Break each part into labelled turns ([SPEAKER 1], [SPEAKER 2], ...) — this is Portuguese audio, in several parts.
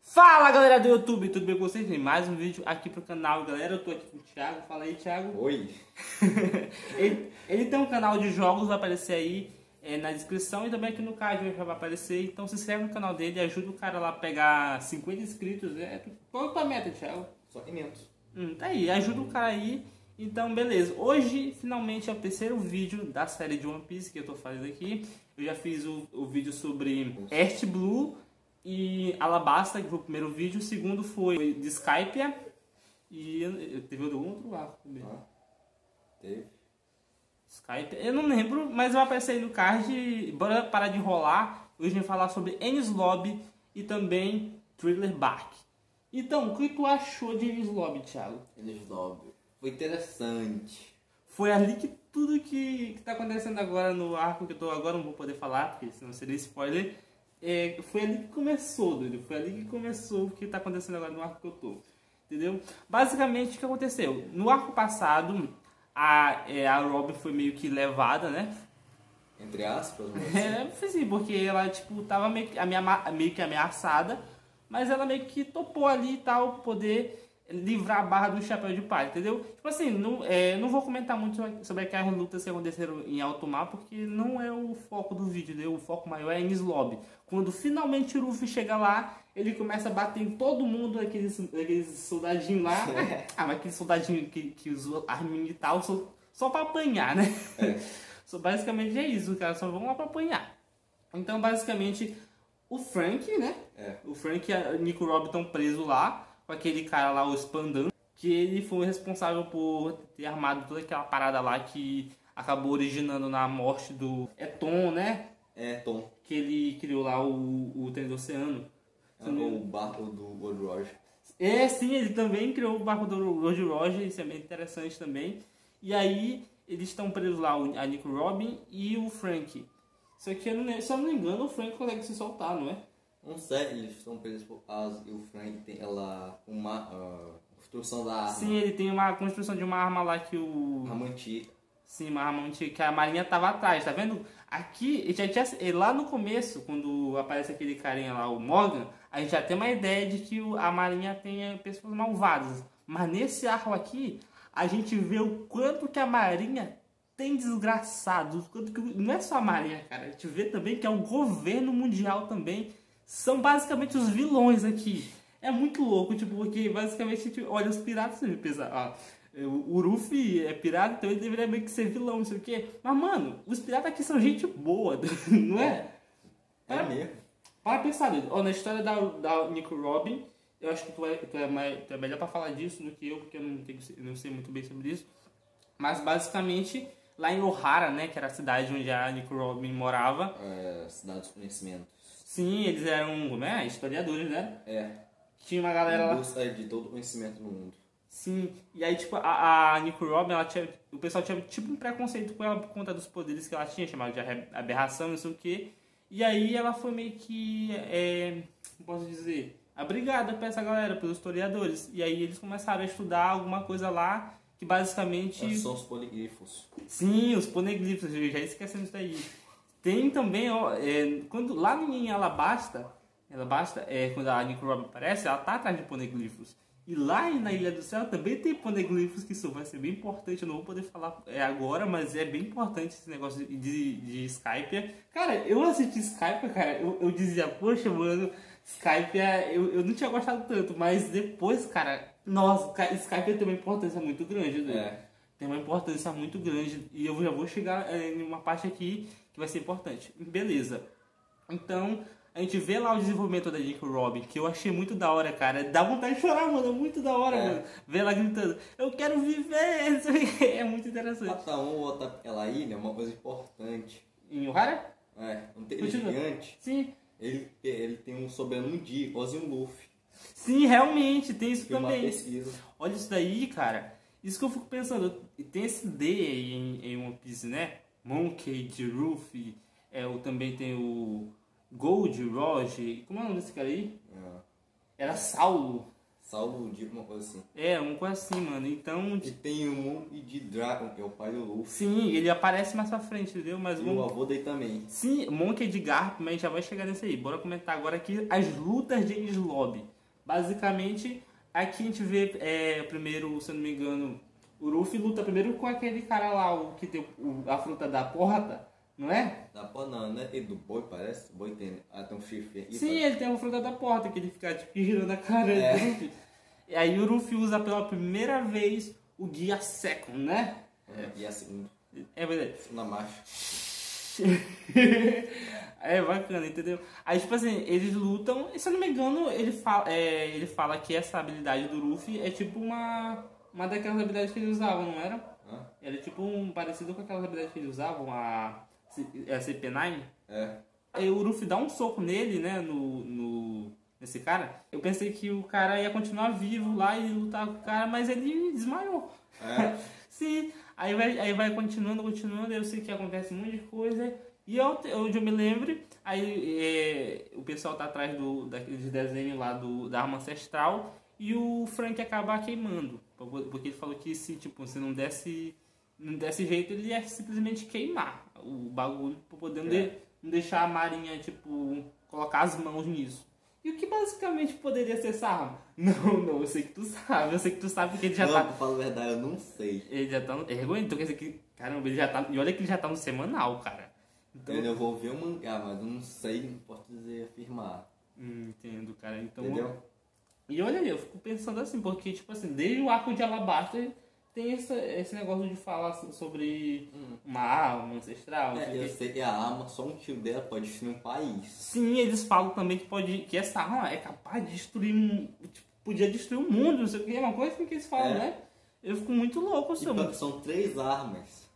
[SPEAKER 1] Fala galera do YouTube, tudo bem com vocês? Tem mais um vídeo aqui pro canal, galera. Eu tô aqui com o Thiago. Fala aí, Thiago.
[SPEAKER 2] Oi.
[SPEAKER 1] ele, ele tem um canal de jogos, vai aparecer aí é, na descrição e também aqui no card já vai aparecer. Então se inscreve no canal dele, ajuda o cara lá a pegar 50 inscritos. É, qual é a tua meta, Thiago?
[SPEAKER 2] Só que menos.
[SPEAKER 1] Hum, tá aí, ajuda o cara aí. Então, beleza. Hoje, finalmente, é o terceiro vídeo da série de One Piece que eu tô fazendo aqui. Eu já fiz o, o vídeo sobre Earth Blue e Alabasta, que foi o primeiro vídeo. O segundo foi de Skypia. E eu- eu- teve algum outro lá também.
[SPEAKER 2] Ah. Teve.
[SPEAKER 1] Skype, eu não lembro, mas vai aparecer aí no card. Bora parar de enrolar. Hoje a gente vai falar sobre Ennis Lobby e também Thriller Bark. Então, o que tu achou de Ennis Lobby, Thiago?
[SPEAKER 2] Eles dobram. Foi interessante.
[SPEAKER 1] Foi ali que tudo que, que tá acontecendo agora no arco, que eu tô agora não vou poder falar, porque senão seria spoiler. É, foi ali que começou, doido. Foi ali que começou o que tá acontecendo agora no arco que eu tô. Entendeu? Basicamente, o que aconteceu? No arco passado, a, é, a Robin foi meio que levada, né?
[SPEAKER 2] Entre aspas, mas.
[SPEAKER 1] É, foi assim, porque ela, tipo, tava meio que, amea- meio que ameaçada, mas ela meio que topou ali e tal, poder livrar a barra do chapéu de palha, entendeu? Tipo assim, não, é, não vou comentar muito sobre- sobre aquelas lutas que aconteceram em alto mar, porque não é o foco do vídeo, entendeu? O foco maior é em Slob. Quando finalmente o Luffy chega lá, ele começa a bater em todo mundo, aqueles, aqueles soldadinhos lá. ah, mas aquele soldadinho que, que usou arminha e tal, só, só pra apanhar, né? Só basicamente é isso, cara. Só vão lá pra apanhar. Então, basicamente, o Frank, né?
[SPEAKER 2] É.
[SPEAKER 1] O Frank e a- o Nico Robin estão presos lá, com aquele cara lá, o Spandam, que ele foi o responsável por ter armado toda aquela parada lá que acabou originando na morte do Eton, né?
[SPEAKER 2] É, Tom.
[SPEAKER 1] Que ele criou lá o, o trem do oceano.
[SPEAKER 2] É o barco do Old Roger.
[SPEAKER 1] É, sim, ele também criou o barco do Roger Roger, isso é bem interessante também. E aí, eles estão presos lá, o- a Nico Robin e o Frank. Só que, eu não, lem- se eu não me engano, o Frank consegue se soltar, não é?
[SPEAKER 2] Não sei, eles estão presos por As e o Frank tem ela. Uma. ah, construção da arma.
[SPEAKER 1] Sim, ele tem uma construção de uma arma lá que o...
[SPEAKER 2] Arma antiga.
[SPEAKER 1] Sim, uma arma antiga, que a marinha tava atrás, tá vendo? Aqui, ele já tinha, eh, lá no começo, quando aparece aquele carinha lá, o Morgan, a gente já tem uma ideia de que o- a marinha tem eh, pessoas malvadas. Mas nesse arco aqui, a gente vê o quanto que a marinha tem desgraçado. o quanto que- não é só a marinha, cara. A gente vê também que é o governo mundial também. São basicamente os vilões aqui. É muito louco, tipo, porque basicamente a gente olha os piratas e pensa, ó, o Ruffy é pirata, então ele deveria meio que ser vilão, não sei o quê. Mas, mano, os piratas aqui são gente boa, não é?
[SPEAKER 2] É,
[SPEAKER 1] É.
[SPEAKER 2] mesmo.
[SPEAKER 1] Para pensar, Dudu. Ó, na história da, da Nico Robin, eu acho que tu é, tu é, mais, tu é melhor pra falar disso do que eu, porque eu não, tenho, eu não sei muito bem sobre isso. Mas basicamente, lá em O'Hara, né, que era a cidade onde a Nico Robin morava,
[SPEAKER 2] É, Cidade dos Conhecimentos.
[SPEAKER 1] sim, eles eram, como é, historiadores, né?
[SPEAKER 2] É.
[SPEAKER 1] Tinha uma galera
[SPEAKER 2] Em
[SPEAKER 1] lá.
[SPEAKER 2] busca de todo o conhecimento no mundo.
[SPEAKER 1] Sim, e aí, tipo, a, a Nico Robin, ela tinha, o pessoal tinha, tipo, um preconceito com ela por conta dos poderes que ela tinha, chamado de arre- aberração, não sei o quê. E aí ela foi meio que, é, como posso dizer, abrigada pra essa galera, pelos historiadores. E aí eles começaram a estudar alguma coisa lá que basicamente...
[SPEAKER 2] São os poligrifos.
[SPEAKER 1] Sim, os poneglyphs, eu já esquecendo isso daí. Tem também, ó, é, quando, lá em Alabasta, Alabasta é, quando a Nico Robin aparece, ela tá atrás de poneglyphos. E lá em- na Ilha do Céu também tem poneglyphos, que isso vai ser bem importante, eu não vou poder falar é, agora, mas é bem importante esse negócio de, de, de Skype. Cara, eu assisti Skype, cara, eu, eu dizia, poxa, mano, Skype, é- eu, eu não tinha gostado tanto, mas depois, cara, nossa, ca- Skype tem uma importância muito grande, né?
[SPEAKER 2] É.
[SPEAKER 1] tem uma importância muito grande e eu já vou chegar eh, em uma parte aqui que vai ser importante. Beleza. Então, a gente vê lá o desenvolvimento da Jake Robin, que eu achei muito da hora, cara. Dá vontade de chorar, mano. É muito da hora,
[SPEAKER 2] É.
[SPEAKER 1] mano. Ver ela gritando, eu quero viver. É muito interessante.
[SPEAKER 2] Mata um ou outra pela ilha é uma coisa importante.
[SPEAKER 1] Em Ohara?
[SPEAKER 2] É. Um tênis
[SPEAKER 1] Continua.
[SPEAKER 2] gigante.
[SPEAKER 1] Sim.
[SPEAKER 2] Ele, ele tem um sobrenome de Ozzy Luffy.
[SPEAKER 1] Sim, realmente, tem isso
[SPEAKER 2] Foi uma
[SPEAKER 1] também.
[SPEAKER 2] pesquisa.
[SPEAKER 1] Olha isso daí, cara. Isso que eu fico pensando. Tem esse D aí em, em One Piece, né? Monkey de Ruffy. É, o, também tem o Gold Roger. Como é o nome desse cara aí?
[SPEAKER 2] É.
[SPEAKER 1] Era Saulo.
[SPEAKER 2] Saulo Digo, uma coisa assim.
[SPEAKER 1] É, um coisa assim, mano. Então,
[SPEAKER 2] E
[SPEAKER 1] t-
[SPEAKER 2] tem um e de Dragon, que é o pai do Luffy.
[SPEAKER 1] sim, ele aparece mais pra frente, entendeu? Mas
[SPEAKER 2] E
[SPEAKER 1] vamos-
[SPEAKER 2] o avô dele também.
[SPEAKER 1] Sim, Monkey de Garp, mas a gente já vai chegar nesse aí. Bora comentar agora aqui as lutas de Ennis Lobby. Basicamente, aqui a gente vê é, primeiro, se eu não me engano, o Luffy luta primeiro com aquele cara lá, o que tem o- a fruta da porta, não é?
[SPEAKER 2] Da banana, né? E do boi, parece. Boi tem até um chifre. aí,
[SPEAKER 1] Sim, ele tem uma fruta da porta, que ele fica tipo, girando a cara
[SPEAKER 2] É.
[SPEAKER 1] do Luffy. E aí o Luffy usa pela primeira vez o guia Second, né?
[SPEAKER 2] parece. E a segunda,
[SPEAKER 1] É verdade.
[SPEAKER 2] na marcha.
[SPEAKER 1] é bacana, entendeu? Aí, tipo assim, eles lutam, e se eu não me engano, ele fala, é, ele fala que essa habilidade do Luffy é tipo uma, uma daquelas habilidades que ele usava, não era?
[SPEAKER 2] Hã?
[SPEAKER 1] Era tipo um parecido com aquelas habilidades que ele usava, a, a CP9.
[SPEAKER 2] É.
[SPEAKER 1] Aí o Luffy dá um soco nele, né, no, no, nesse cara. Eu pensei que o cara ia continuar vivo lá e lutar com o cara, mas ele desmaiou.
[SPEAKER 2] É.
[SPEAKER 1] Sim, aí vai, aí vai continuando, continuando, eu sei que acontece um monte de coisa. E eu, onde eu me lembro, aí é, o pessoal tá atrás do, daqueles desenhos lá do, da arma ancestral e o Frank acaba queimando. Porque ele falou que se, tipo, se não desse, não desse jeito, ele ia simplesmente queimar o bagulho pra poder não,
[SPEAKER 2] É.
[SPEAKER 1] de- não deixar a marinha, tipo, colocar as mãos nisso. E o que basicamente poderia ser essa arma? Não, não, eu sei que tu sabe, eu sei que tu sabe porque ele já
[SPEAKER 2] não,
[SPEAKER 1] tá.
[SPEAKER 2] pra falar a verdade, eu não sei.
[SPEAKER 1] Ele já tá no. É ruim, então quer dizer que. Caramba, ele já tá. E olha que ele já tá no semanal, cara. Então.
[SPEAKER 2] Eu vou ver o mangá, mas eu não sei, não posso dizer, afirmar.
[SPEAKER 1] Hum, Entendo, cara. Então.
[SPEAKER 2] Entendeu?
[SPEAKER 1] E olha aí, eu fico pensando assim, porque, tipo assim, desde o arco de Alabasta tem essa, esse negócio de falar so- sobre uma alma ancestral. não sei o
[SPEAKER 2] Hum. É, eu
[SPEAKER 1] quê.
[SPEAKER 2] sei que a arma, só um tiro dela pode destruir um país.
[SPEAKER 1] Sim, eles falam também que pode. que essa arma é capaz de destruir um. Tipo, podia destruir o mundo, não sei o que, é uma coisa que eles falam,
[SPEAKER 2] É.
[SPEAKER 1] né? Eu fico muito louco,
[SPEAKER 2] E
[SPEAKER 1] seu.
[SPEAKER 2] pa- são três armas.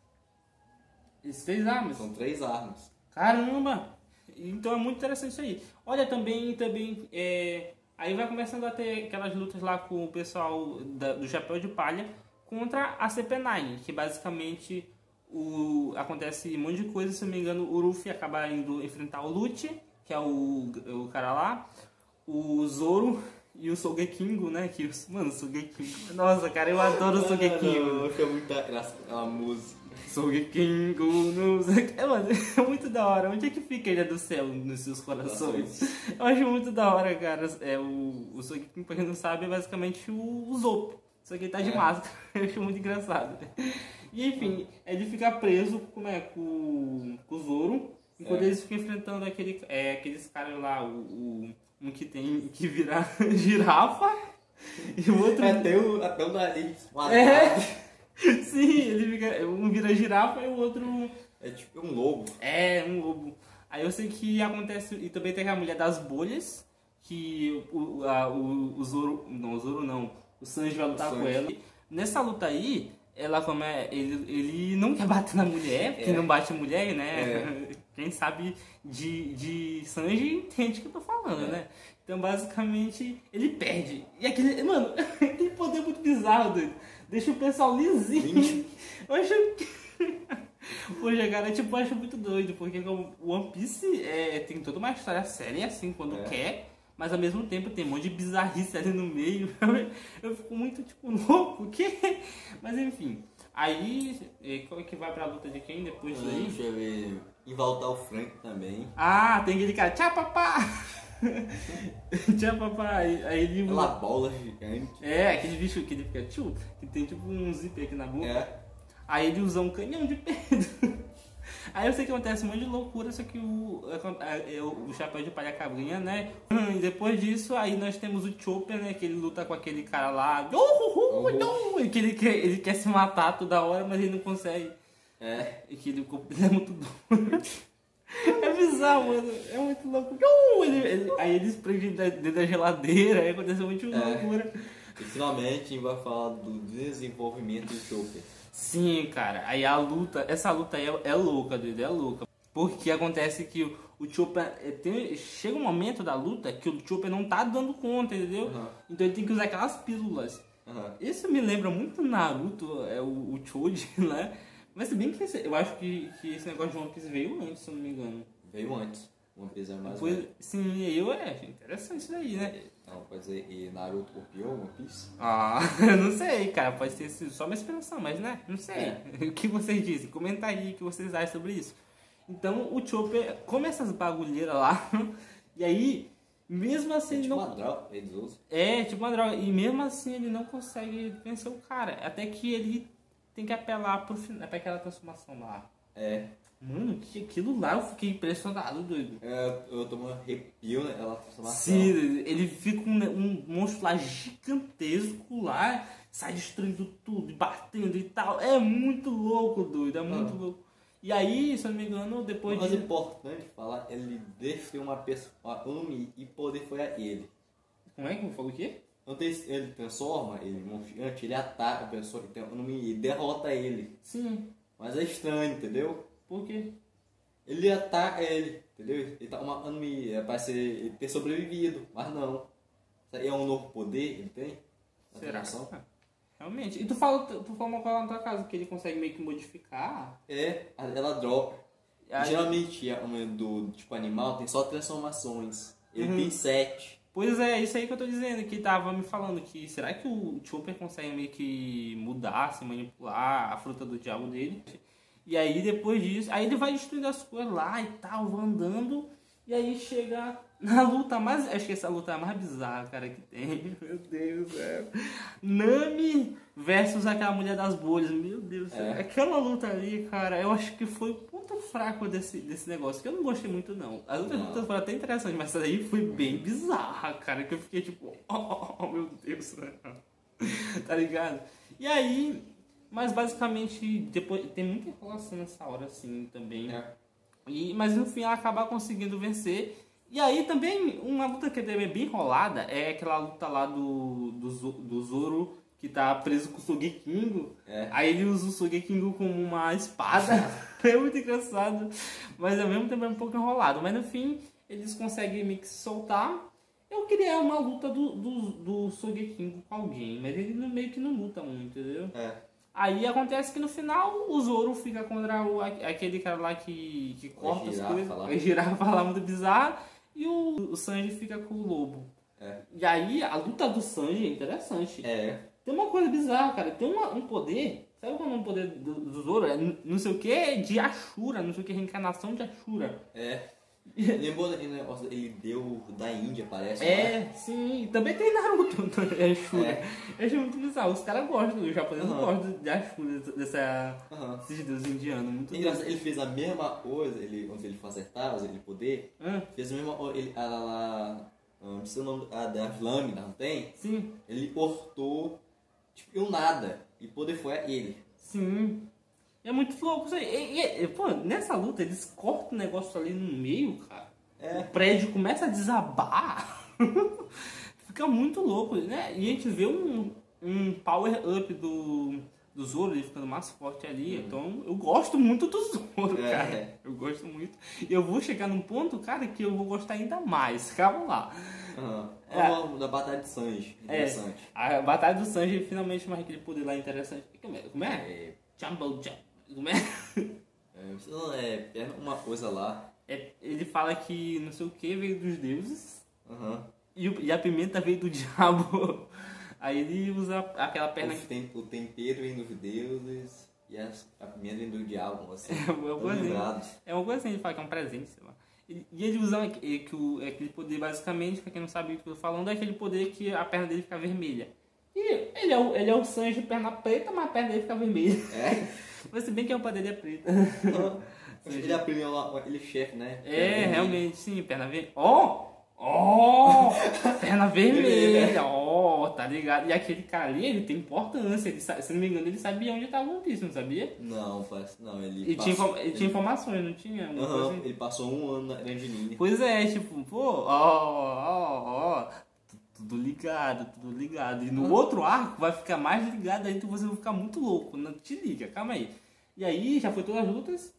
[SPEAKER 1] Esses três armas.
[SPEAKER 2] São três armas.
[SPEAKER 1] Caramba! Então é muito interessante isso aí. Olha, também, também, é, aí vai começando a ter aquelas lutas lá com o pessoal da- do Chapéu de Palha contra a CP9, que basicamente o, acontece um monte de coisa, se eu não me engano, o Luffy acaba indo enfrentar o Lute, que é o, o cara lá, o Zoro e o Sogekingo, né? Que, os- mano, o Sogekingo... Nossa, cara, eu adoro o Sogekingo.
[SPEAKER 2] Eu achei muita graça aquela música.
[SPEAKER 1] Sogekingo no Zak- É, mano, é muito da hora. Onde é que fica a Ilha do Céu nos seus
[SPEAKER 2] Tá
[SPEAKER 1] corações? Eu acho muito da hora, cara. É, o, o Sogekingo, pra quem não sabe, é basicamente o, o Zopo. Só que ele tá de
[SPEAKER 2] É.
[SPEAKER 1] máscara. Eu acho muito engraçado. E enfim, ele fica preso como é, com, com o Zoro. Enquanto
[SPEAKER 2] É.
[SPEAKER 1] eles ficam enfrentando aquele, é, aqueles caras lá, o, o- um que tem que virar girafa e o outro
[SPEAKER 2] Até o, até o nariz.
[SPEAKER 1] é. Sim, ele fica. Um vira girafa e o outro
[SPEAKER 2] É tipo um lobo.
[SPEAKER 1] é um lobo. Aí eu sei que acontece. E também tem a mulher das bolhas, que o, a- o, o Zoro. Não, o Zoro não. O Sanji vai lutar
[SPEAKER 2] O
[SPEAKER 1] com
[SPEAKER 2] Sanji.
[SPEAKER 1] ela. Nessa luta aí, ela como é, ele, ele não quer bater na mulher, porque
[SPEAKER 2] É.
[SPEAKER 1] não bate mulher, né? Quem sabe de, de Sanji entende o que eu tô falando,
[SPEAKER 2] É.
[SPEAKER 1] né? Então basicamente ele perde. E aquele. Mano, tem poder muito bizarro, doido. Deixa o pessoal
[SPEAKER 2] um
[SPEAKER 1] lisinho.
[SPEAKER 2] Lindo.
[SPEAKER 1] Eu acho Poxa, cara, eu, tipo, eu acho muito doido, porque como o One Piece é, tem toda uma história séria, assim, quando
[SPEAKER 2] É.
[SPEAKER 1] quer, mas ao mesmo tempo tem um monte de bizarrice ali no meio. Eu, fico muito, tipo, louco, o quê? Mas enfim, aí, eh, qual é que vai pra luta de quem depois disso aí?
[SPEAKER 2] Deixa eu ver. E voltar o Frank também.
[SPEAKER 1] Ah, tem aquele cara, tchau papá! tchau papá, aí aí ele...
[SPEAKER 2] Aquela bola gigante.
[SPEAKER 1] É, aquele bicho que ele fica, tchu, que tem tipo um zíper aqui na boca.
[SPEAKER 2] É.
[SPEAKER 1] Aí ele usa um canhão de pedra. Aí eu sei que acontece um monte de loucura, só que o, é, é, o chapéu de palha cabrinha, né? E depois disso, aí nós temos o Chopper, né? Que ele luta com aquele cara lá. "Oh, oh, oh, oh", e Que ele, quer, ele quer se matar toda hora, mas ele não consegue.
[SPEAKER 2] É.
[SPEAKER 1] E que ele, o corpo dele é muito doido. É bizarro, mano. É muito louco. "Oh", ele- ele- aí eles prendem ele da- dentro da geladeira, aí acontece um monte de
[SPEAKER 2] É.
[SPEAKER 1] loucura.
[SPEAKER 2] E finalmente a gente vai falar do desenvolvimento do Chopper.
[SPEAKER 1] Sim, cara. Aí a luta, essa luta aí é, é louca, doido, é louca. Porque acontece que o, o Chopper eh, tem- chega um momento da luta que o Chopper não tá dando conta, entendeu?
[SPEAKER 2] Aham.
[SPEAKER 1] Então ele tem que usar aquelas pílulas.
[SPEAKER 2] Aham.
[SPEAKER 1] Isso me lembra muito Naruto, é o, o Choji, né? Mas se bem que esse- eu acho que, que esse negócio de One Piece veio antes, se eu não me engano.
[SPEAKER 2] Veio antes. Uma coisa mais.
[SPEAKER 1] Pois, sim, eu é, interessante isso daí, né?
[SPEAKER 2] Não, pode dizer, e Naruto copiou One Piece?
[SPEAKER 1] Ah, eu não sei, cara. Pode ser esse- só uma inspiração, mas né? Não sei.
[SPEAKER 2] É.
[SPEAKER 1] O que vocês dizem? Comenta aí o que vocês acham sobre isso. Então o Chopper come essas bagulheiras lá. E aí Mesmo assim,
[SPEAKER 2] É
[SPEAKER 1] ele
[SPEAKER 2] tipo
[SPEAKER 1] não.
[SPEAKER 2] uma droga, eles usam.
[SPEAKER 1] É, tipo uma droga. E mesmo assim, ele não consegue vencer o cara. Até que ele tem que apelar pro final, pra aquela transformação lá.
[SPEAKER 2] É,
[SPEAKER 1] Mano, que aquilo lá eu fiquei impressionado, doido.
[SPEAKER 2] é, eu tomo um arrepio, né? Ela transformação.
[SPEAKER 1] Sim, ele fica um, um monstro lá gigantesco lá, sai destruindo tudo, e batendo e tal. É muito louco, doido, é muito
[SPEAKER 2] Ah.
[SPEAKER 1] louco. E aí, se eu não me engano, depois
[SPEAKER 2] Mas o
[SPEAKER 1] de.
[SPEAKER 2] importante falar, é ele destruiu uma pessoa, um e poder foi a ele.
[SPEAKER 1] Como é que falou o quê?
[SPEAKER 2] Antes ele transforma, ele é um gigante, ele ataca a pessoa que tem um nome e derrota ele.
[SPEAKER 1] Sim,
[SPEAKER 2] Mas é estranho, entendeu?
[SPEAKER 1] por quê?
[SPEAKER 2] Ele ataca ele, entendeu? Ele tá uma anomia, é pra ser, ele ter sobrevivido, mas não. Isso aí é um novo poder, ele tem? Na
[SPEAKER 1] Será?
[SPEAKER 2] transformação?
[SPEAKER 1] Ah, Realmente. E tu falou, tu falou uma coisa lá na tua casa, que ele consegue meio que modificar.
[SPEAKER 2] É, a- ela dropa.
[SPEAKER 1] E aí-
[SPEAKER 2] Geralmente, a alma do tipo animal tem só transformações. Ele
[SPEAKER 1] Uhum.
[SPEAKER 2] tem sete.
[SPEAKER 1] Pois é, isso aí que eu tô dizendo, que tava me falando que será que o Chopper consegue meio que mudar, se manipular a fruta do diabo dele? E aí depois disso, aí ele vai destruindo as coisas lá e tal, vai andando, e aí chega na luta mais. Acho que essa luta é a mais bizarra, cara, que tem. Meu Deus do céu. Nami versus aquela mulher das bolhas. Meu Deus do céu.
[SPEAKER 2] É.
[SPEAKER 1] Aquela luta ali, cara, eu acho que foi o ponto fraco desse, desse negócio, que eu não gostei muito, não. As outras
[SPEAKER 2] Não.
[SPEAKER 1] lutas foi até interessante, mas essa daí foi bem bizarra, cara. Que eu fiquei tipo, oh, oh, oh, meu Deus, né? tá ligado? E aí, mas basicamente, depois tem muita enrolação nessa hora assim também.
[SPEAKER 2] É.
[SPEAKER 1] E, mas no fim ela acaba conseguindo vencer. E aí também, uma luta que também é bem enrolada é aquela luta lá do, do, Zo- do Zoro que tá preso com o Sogekingo.
[SPEAKER 2] É.
[SPEAKER 1] Aí ele usa o Sogekingo como uma espada. é muito engraçado. Mas ao mesmo tempo é um pouco enrolado. Mas no fim, eles conseguem meio que se soltar. Eu queria uma luta do, do, do Sogekingo com alguém, mas ele não- meio que não luta muito, entendeu?
[SPEAKER 2] É.
[SPEAKER 1] Aí acontece que no final o Zoro fica contra o, aque- aquele cara lá que, que corta as
[SPEAKER 2] É girafa
[SPEAKER 1] coisas.
[SPEAKER 2] lá.
[SPEAKER 1] A girafa lá muito bizarro. E o, o Sanji fica com o lobo.
[SPEAKER 2] É.
[SPEAKER 1] E aí a luta do Sanji é interessante.
[SPEAKER 2] É.
[SPEAKER 1] Tem uma coisa bizarra, cara. Tem uma- um poder. Sabe qual é o nome do poder do, do Zoro? É n- não sei o que de Ashura, não sei o que, reencarnação de Ashura.
[SPEAKER 2] É. Lembrou daquele negócio? Ele deu da Índia, parece. né?
[SPEAKER 1] É, sim. Também tem Naruto, é Ashura.
[SPEAKER 2] É.
[SPEAKER 1] Eu achei muito bizarro. Os caras gostam, os japoneses
[SPEAKER 2] Aham.
[SPEAKER 1] gostam de Ashura, dessa,
[SPEAKER 2] Aham.
[SPEAKER 1] desses deuses indianos. Muito
[SPEAKER 2] Engraçado, ele fez a mesma coisa, ele, onde ele foi acertar, onde ele poder,
[SPEAKER 1] Hum,
[SPEAKER 2] fez a mesma coisa, ele, a, a, a, não sei o nome, a da lâmina, não tem?
[SPEAKER 1] sim.
[SPEAKER 2] Ele cortou, tipo, eu nada, e poder foi a ele.
[SPEAKER 1] Sim. É muito louco isso aí. E- e- e, pô, nessa luta eles cortam o negócio ali no meio, cara. O
[SPEAKER 2] É,
[SPEAKER 1] prédio começa a desabar. Fica muito louco, né? E a gente vê um, um power up do, do Zoro, ele ficando mais forte ali. Então eu gosto muito do Zoro,
[SPEAKER 2] Hum. É.
[SPEAKER 1] cara. Eu gosto muito. E eu vou chegar num ponto, cara, que eu vou gostar ainda mais. Calma lá.
[SPEAKER 2] aham.
[SPEAKER 1] É.
[SPEAKER 2] É o nome da Batalha de Sanji,
[SPEAKER 1] É.
[SPEAKER 2] interessante.
[SPEAKER 1] A Batalha do Sanji é finalmente mais aquele poder lá interessante. Como é? Como é?
[SPEAKER 2] É,
[SPEAKER 1] Jumbo Jump. Como é?
[SPEAKER 2] é, não sei lá, é, é uma coisa lá,
[SPEAKER 1] É, ele fala que não sei o que veio dos deuses
[SPEAKER 2] aham.
[SPEAKER 1] e, o- e a pimenta veio do diabo. Aí ele usa aquela perna
[SPEAKER 2] O,
[SPEAKER 1] que
[SPEAKER 2] tem, o tempero vem dos deuses, e as, a pimenta vem do diabo, assim.
[SPEAKER 1] é uma
[SPEAKER 2] Tô
[SPEAKER 1] coisa assim.
[SPEAKER 2] lembrado.
[SPEAKER 1] É uma coisa assim, ele fala que é um presente, sei lá. E e ele usa aque- é que o- é aquele poder, basicamente, pra quem não sabe o que eu tô falando, é aquele poder que a perna dele fica vermelha. E ele é o, ele é o Sanji perna preta, mas a perna dele fica vermelha.
[SPEAKER 2] É.
[SPEAKER 1] Mas se bem que a roupa dele é preta.
[SPEAKER 2] Ele aprendeu lá, ele é chefe, né?
[SPEAKER 1] É, realmente, sim, perna vermelha. Ó! Ó! Perna vermelha! Ó, tá ligado? E aquele cara ali, ele tem importância. Ele, sa- se não me engano, ele sabia onde tava o One Piece, não sabia?
[SPEAKER 2] Não, parece não, ele
[SPEAKER 1] E tinha,
[SPEAKER 2] passou,
[SPEAKER 1] informa- ele tinha informações, não tinha? Alguma
[SPEAKER 2] Aham,
[SPEAKER 1] coisa assim?
[SPEAKER 2] ele passou um ano na Grandinine.
[SPEAKER 1] Pois é, tipo, pô, ó, ó, ó. tu- Tudo ligado, tudo ligado. E no outro arco vai ficar mais ligado, aí tu você vai ficar muito louco. Não, te liga, calma aí. E aí, já foi todas as lutas?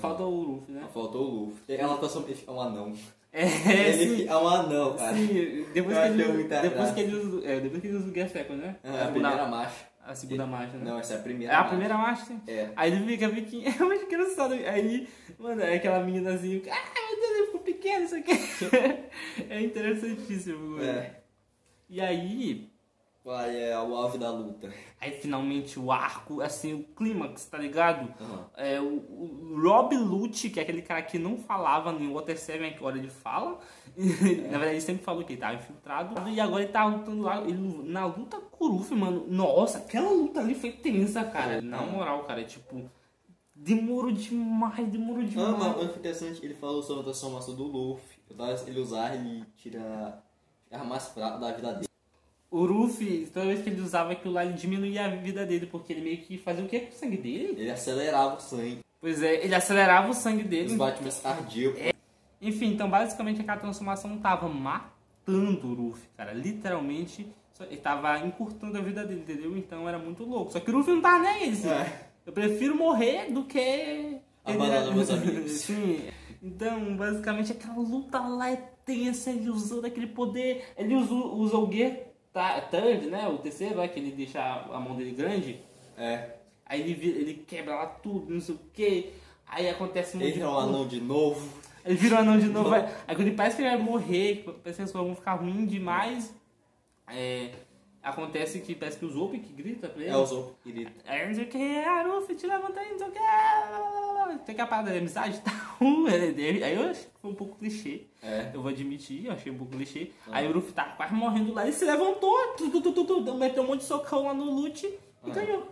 [SPEAKER 1] Falta o Luffy, né?
[SPEAKER 2] Faltou o Luffy. Ela tá só... Ele é um anão.
[SPEAKER 1] É, sim.
[SPEAKER 2] Ele é um anão, cara.
[SPEAKER 1] Sim, depois
[SPEAKER 2] Eu
[SPEAKER 1] que,
[SPEAKER 2] achei
[SPEAKER 1] ele,
[SPEAKER 2] muita
[SPEAKER 1] depois
[SPEAKER 2] graça.
[SPEAKER 1] que ele usa. É, depois que ele usa o Gear Second, né?
[SPEAKER 2] Ah, a primeira marcha.
[SPEAKER 1] a segunda marcha, né?
[SPEAKER 2] Não, essa é a primeira
[SPEAKER 1] é a
[SPEAKER 2] marcha.
[SPEAKER 1] primeira marcha, sim.
[SPEAKER 2] É.
[SPEAKER 1] Aí ele fica biquinho. É muito engraçado. Aí, mano, é aquela meninazinha. Ah, meu Deus, ele ficou pequeno, isso aqui. é interessantíssimo, mano.
[SPEAKER 2] É.
[SPEAKER 1] E aí,
[SPEAKER 2] Vai, é o alvo da luta.
[SPEAKER 1] Aí finalmente o arco, assim, o clímax, tá ligado?
[SPEAKER 2] Aham.
[SPEAKER 1] É, o, o Rob Lute, que é aquele cara que não falava em Water Seven, é que agora ele fala. Na verdade, ele sempre falou que ele tava infiltrado. E agora ele tá lutando lá, ele, na luta Kuruf, mano. Nossa, aquela luta ali foi tensa, cara. Na moral, cara, tipo, demorou demais, demorou
[SPEAKER 2] Ah,
[SPEAKER 1] demais.
[SPEAKER 2] mas muito interessante, ele falou sobre a transformação do Luffy. Eu tava, ele usar, ele tira. Ficava mais fraco da vida dele.
[SPEAKER 1] O Luffy, toda vez que ele usava aquilo lá, ele diminuía a vida dele, porque ele meio que fazia o que com o sangue dele?
[SPEAKER 2] Ele acelerava o sangue,
[SPEAKER 1] Pois é, ele acelerava o sangue
[SPEAKER 2] os
[SPEAKER 1] dele.
[SPEAKER 2] batimentos cardíacos.
[SPEAKER 1] Enfim, então basicamente aquela transformação tava matando o Luffy, cara. Literalmente, só- ele tava encurtando a vida dele, entendeu? Então era muito louco. Só que o Luffy não tava nem aí, assim.
[SPEAKER 2] É.
[SPEAKER 1] Eu prefiro morrer do que.
[SPEAKER 2] Abandonar meus amigos.
[SPEAKER 1] Sim. Então, basicamente, aquela luta lá é tensa, ele usando aquele poder. Ele usa, usa o Gear tá, Third, né? O terceiro, lá, que ele deixa a mão dele grande.
[SPEAKER 2] É.
[SPEAKER 1] Aí ele, vira- ele quebra lá tudo, não sei o que. Aí acontece um monte
[SPEAKER 2] Ele
[SPEAKER 1] de
[SPEAKER 2] é um
[SPEAKER 1] coisa.
[SPEAKER 2] anão de novo.
[SPEAKER 1] Ele virou anão de novo. Aí aí quando ele parece que ele vai morrer, que parece que as coisas vão ficar ruins demais. é, acontece que parece que o Zop que grita pra ele.
[SPEAKER 2] É o Zop, ele
[SPEAKER 1] É, não sei o que, Aruf, te levanta aí, não sei o que. Tem que a parada de amizade e tal. Aí eu acho que foi um pouco clichê.
[SPEAKER 2] É.
[SPEAKER 1] Eu vou admitir, eu achei um pouco clichê. Aí o Ruff tá quase morrendo lá, ele se levantou, tu, tu, tu, tu, tu, meteu um monte de socão lá no loot e
[SPEAKER 2] Ah.
[SPEAKER 1] ganhou.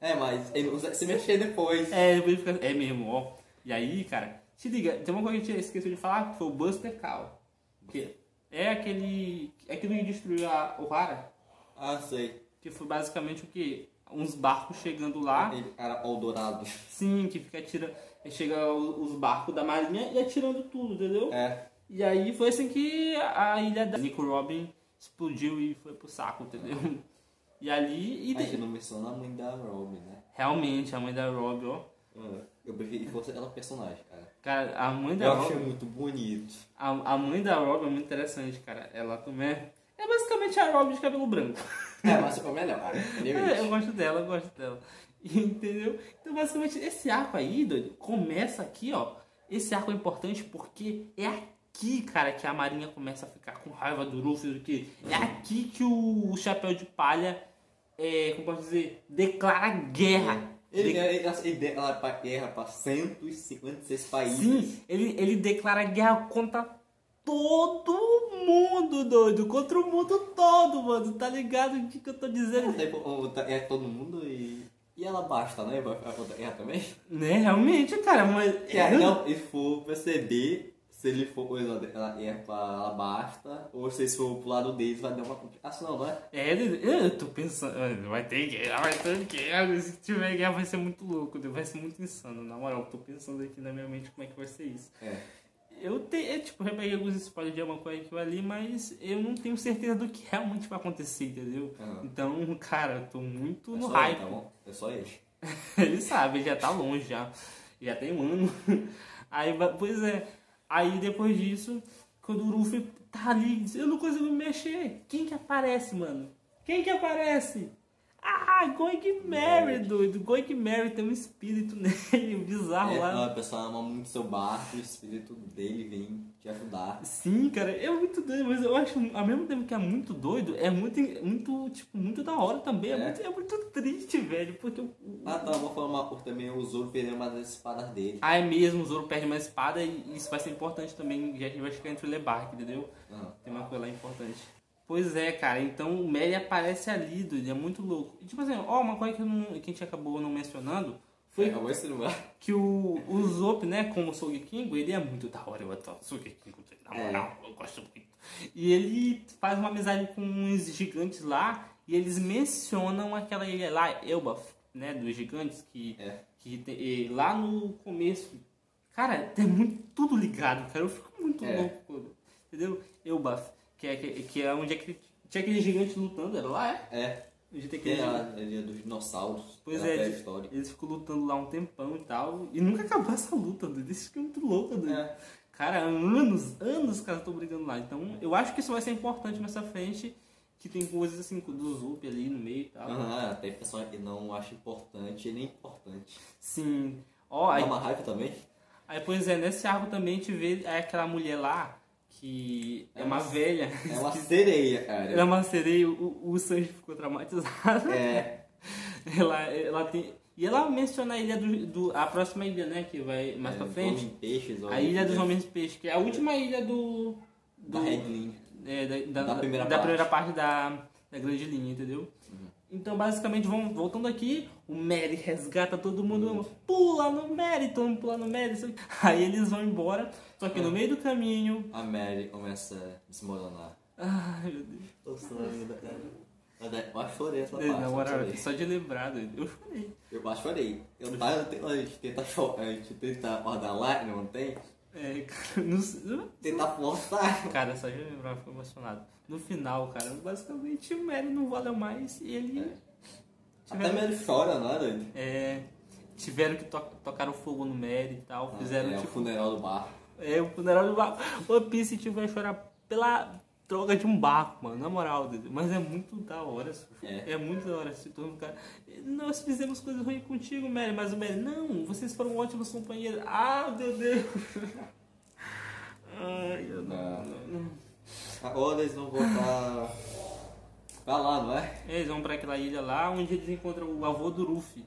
[SPEAKER 2] É, mas ele usa- se mexer depois.
[SPEAKER 1] É, ele fica- é mesmo, ó. E aí, cara, se liga, tem uma coisa que a gente esqueceu de falar, que foi o Buster Call. Que é aquele. É aquilo que destruiu a Ohara,
[SPEAKER 2] Ah, sei.
[SPEAKER 1] que foi basicamente o quê? Uns barcos chegando lá.
[SPEAKER 2] Ele era o dourado.
[SPEAKER 1] Sim, que fica atirando. Chega o- os barcos da marinha e atirando tudo, entendeu?
[SPEAKER 2] É.
[SPEAKER 1] E aí foi assim que a ilha da Nico Robin explodiu e foi pro saco, entendeu? E ali. E
[SPEAKER 2] A
[SPEAKER 1] tem-
[SPEAKER 2] gente não menciona a mãe da Robin, né? Ah,
[SPEAKER 1] Realmente, a mãe da Robin, ó.
[SPEAKER 2] Eu preferi que fosse ela personagem, cara.
[SPEAKER 1] Cara, a mãe da
[SPEAKER 2] Eu
[SPEAKER 1] Robin.
[SPEAKER 2] achei muito bonito.
[SPEAKER 1] A, a mãe da Robin é muito interessante, cara. Ela também é. É basicamente a Robin de cabelo branco.
[SPEAKER 2] É, mas ficou melhor, cara.
[SPEAKER 1] É, eu gosto dela, eu gosto dela. Entendeu? Então, basicamente, esse arco aí, doido, começa aqui, ó. Esse arco é importante porque é aqui, cara, que a Marinha começa a ficar com raiva do Luffy, do que é aqui que o, o Chapéu de Palha, é, como posso dizer, declara guerra.
[SPEAKER 2] Ele, é ele, ele, ele, ela pra guerra pra 156 países.
[SPEAKER 1] Sim, ele, ele declara guerra contra todo mundo, doido. Contra o mundo todo, mano. Tá ligado o que, que eu tô dizendo?
[SPEAKER 2] Daí, o- o- É todo mundo e. E ela basta, né? Vai vai contra a guerra também?
[SPEAKER 1] Né, realmente, cara, mas.
[SPEAKER 2] É, não, e for perceber se ele for por exemplo, ela é pra ela basta, ou se isso for pro lado deles, vai dar uma complicação, não é?
[SPEAKER 1] É, eu- eu tô pensando, mano, vai ter guerra, vai ter guerra. Se tiver guerra, vai ser muito louco, vai ser muito insano. Na moral, eu tô pensando aqui na minha mente como é que vai ser isso.
[SPEAKER 2] É.
[SPEAKER 1] Eu, te, eu tipo, eu peguei alguns spoilers de alguma coisa aqui ou ali, mas eu não tenho certeza do que realmente vai acontecer, entendeu?
[SPEAKER 2] Aham.
[SPEAKER 1] Então, cara, eu tô muito
[SPEAKER 2] É
[SPEAKER 1] no
[SPEAKER 2] só
[SPEAKER 1] hype.
[SPEAKER 2] ele, tá bom? É só ele.
[SPEAKER 1] Ele sabe, ele já tá longe já. Já tem um ano. Aí, ba- pois é. Aí depois disso, quando o Luffy tá ali, diz, eu não consigo me mexer. Quem que aparece, mano? Quem que aparece? Ah, Going Mary, doido. Going Mary tem um espírito nele, um bizarro
[SPEAKER 2] É,
[SPEAKER 1] lá.
[SPEAKER 2] a pessoa ama muito seu barco, o espírito dele vem te ajudar.
[SPEAKER 1] Sim, cara, é muito doido, mas eu acho, ao mesmo tempo que é muito doido, é muito, muito tipo, muito da hora também. É,
[SPEAKER 2] É.
[SPEAKER 1] muito, é muito triste, velho, porque o- o
[SPEAKER 2] Ah, tá, eu vou falar por também, o Zoro perdeu uma das espadas dele.
[SPEAKER 1] Ah, é mesmo, o Zoro perde uma espada e isso vai ser importante também, já que vai chegar entre o Lebarque, entendeu?
[SPEAKER 2] Aham.
[SPEAKER 1] Tem uma coisa lá importante. Pois é, cara, então o Merry aparece ali, doido, é muito louco. E tipo assim, ó, uma coisa que, eu não- que a gente acabou não mencionando
[SPEAKER 2] Foi.
[SPEAKER 1] foi
[SPEAKER 2] Acabou é, esse lugar.
[SPEAKER 1] que o, o Zop, né, como o Sogekingo, ele é muito da hora, eu adoro o Sogekingo, na
[SPEAKER 2] É.
[SPEAKER 1] moral, eu gosto muito. E ele faz uma amizade com uns gigantes lá e eles mencionam aquela ilha lá, Elbaf, né, dos gigantes, que,
[SPEAKER 2] É.
[SPEAKER 1] que tem- e lá no começo, cara, tem muito, tudo ligado, cara, eu fico muito
[SPEAKER 2] É.
[SPEAKER 1] louco, quando- entendeu? Elbaf, que é, que, que é onde é que tinha aquele gigante lutando, era lá, é?
[SPEAKER 2] É.
[SPEAKER 1] Onde tem aquele
[SPEAKER 2] Tem
[SPEAKER 1] gigante.
[SPEAKER 2] a a ilha dos dinossauros.
[SPEAKER 1] Pois
[SPEAKER 2] da
[SPEAKER 1] é, eles,
[SPEAKER 2] pré-história.
[SPEAKER 1] eles ficam lutando lá um tempão e tal. E nunca acabou essa luta, doido. Isso que é muito louco, doido.
[SPEAKER 2] É.
[SPEAKER 1] Cara, anos, anos, cara, estão brigando lá. Então, eu acho que isso vai ser importante nessa frente. Que tem coisas assim, do Zup ali no meio e tal.
[SPEAKER 2] Aham, tem pessoa que não acha importante e nem importante.
[SPEAKER 1] Sim. Ó,
[SPEAKER 2] Dá
[SPEAKER 1] aí,
[SPEAKER 2] uma raiva também?
[SPEAKER 1] aí, pois é, nesse arco também a gente vê é, aquela mulher lá. que é
[SPEAKER 2] É
[SPEAKER 1] uma
[SPEAKER 2] uma-
[SPEAKER 1] velha.
[SPEAKER 2] É uma sereia,
[SPEAKER 1] Ela é
[SPEAKER 2] cara.
[SPEAKER 1] uma sereia, o, o Sanji ficou traumatizado.
[SPEAKER 2] É.
[SPEAKER 1] Ela, ela tem. E ela menciona a ilha do. do- a próxima ilha, né? Que vai mais
[SPEAKER 2] é,
[SPEAKER 1] pra frente.
[SPEAKER 2] homem Peixes,
[SPEAKER 1] A Ilha dos Homens Peixes, que é a última ilha do.
[SPEAKER 2] Da
[SPEAKER 1] do-
[SPEAKER 2] Red Link.
[SPEAKER 1] é, da, da-
[SPEAKER 2] Da
[SPEAKER 1] da
[SPEAKER 2] primeira parte. Uhum.
[SPEAKER 1] primeira parte da, da grande linha, entendeu? Então, basicamente, vão, voltando aqui, o Merry resgata todo mundo, pula no Merry, todo mundo pula no Merry, isso aqui. aí eles vão embora, só
[SPEAKER 2] É.
[SPEAKER 1] que no meio do caminho...
[SPEAKER 2] A Mary começa a desmoronar.
[SPEAKER 1] Ai, meu Deus.
[SPEAKER 2] Tô sonhando, cara. Mas é- Eu acho que chorei essa parte.
[SPEAKER 1] Na moral,
[SPEAKER 2] eu chorei.
[SPEAKER 1] só de lembrar, doido, eu chorei.
[SPEAKER 2] Eu acho que chorei. Eu não tava tentando- a gente tenta cho- a gente tenta guardar lágrima, não tem?
[SPEAKER 1] É, cara, não sei-
[SPEAKER 2] Tentar forçar.
[SPEAKER 1] Cara, só de lembrar, eu fico emocionado. No final, cara, basicamente o Merry não valeu mais e ele...
[SPEAKER 2] É. Até a Mary chora, não é, doido?
[SPEAKER 1] É, tiveram que to tocar fogo no Mary e tal. Fizeram
[SPEAKER 2] é, o
[SPEAKER 1] tipo.
[SPEAKER 2] funeral do bar.
[SPEAKER 1] É, o funeral do barco. One Piece tipo, vai chorar pela droga de um barco, mano. Na moral, Dudu. mas é muito da hora. assim.
[SPEAKER 2] É.
[SPEAKER 1] muito da hora. Se todo mundo, cara. Nós fizemos coisas ruins contigo, Mary, mas o Mary, não, vocês foram ótimos companheiros. Ah, meu Deus! Ai, eu não.
[SPEAKER 2] Não.
[SPEAKER 1] não.
[SPEAKER 2] Agora eles vão voltar pra lá, não é?
[SPEAKER 1] Eles vão pra aquela ilha lá onde eles encontram o avô do Luffy.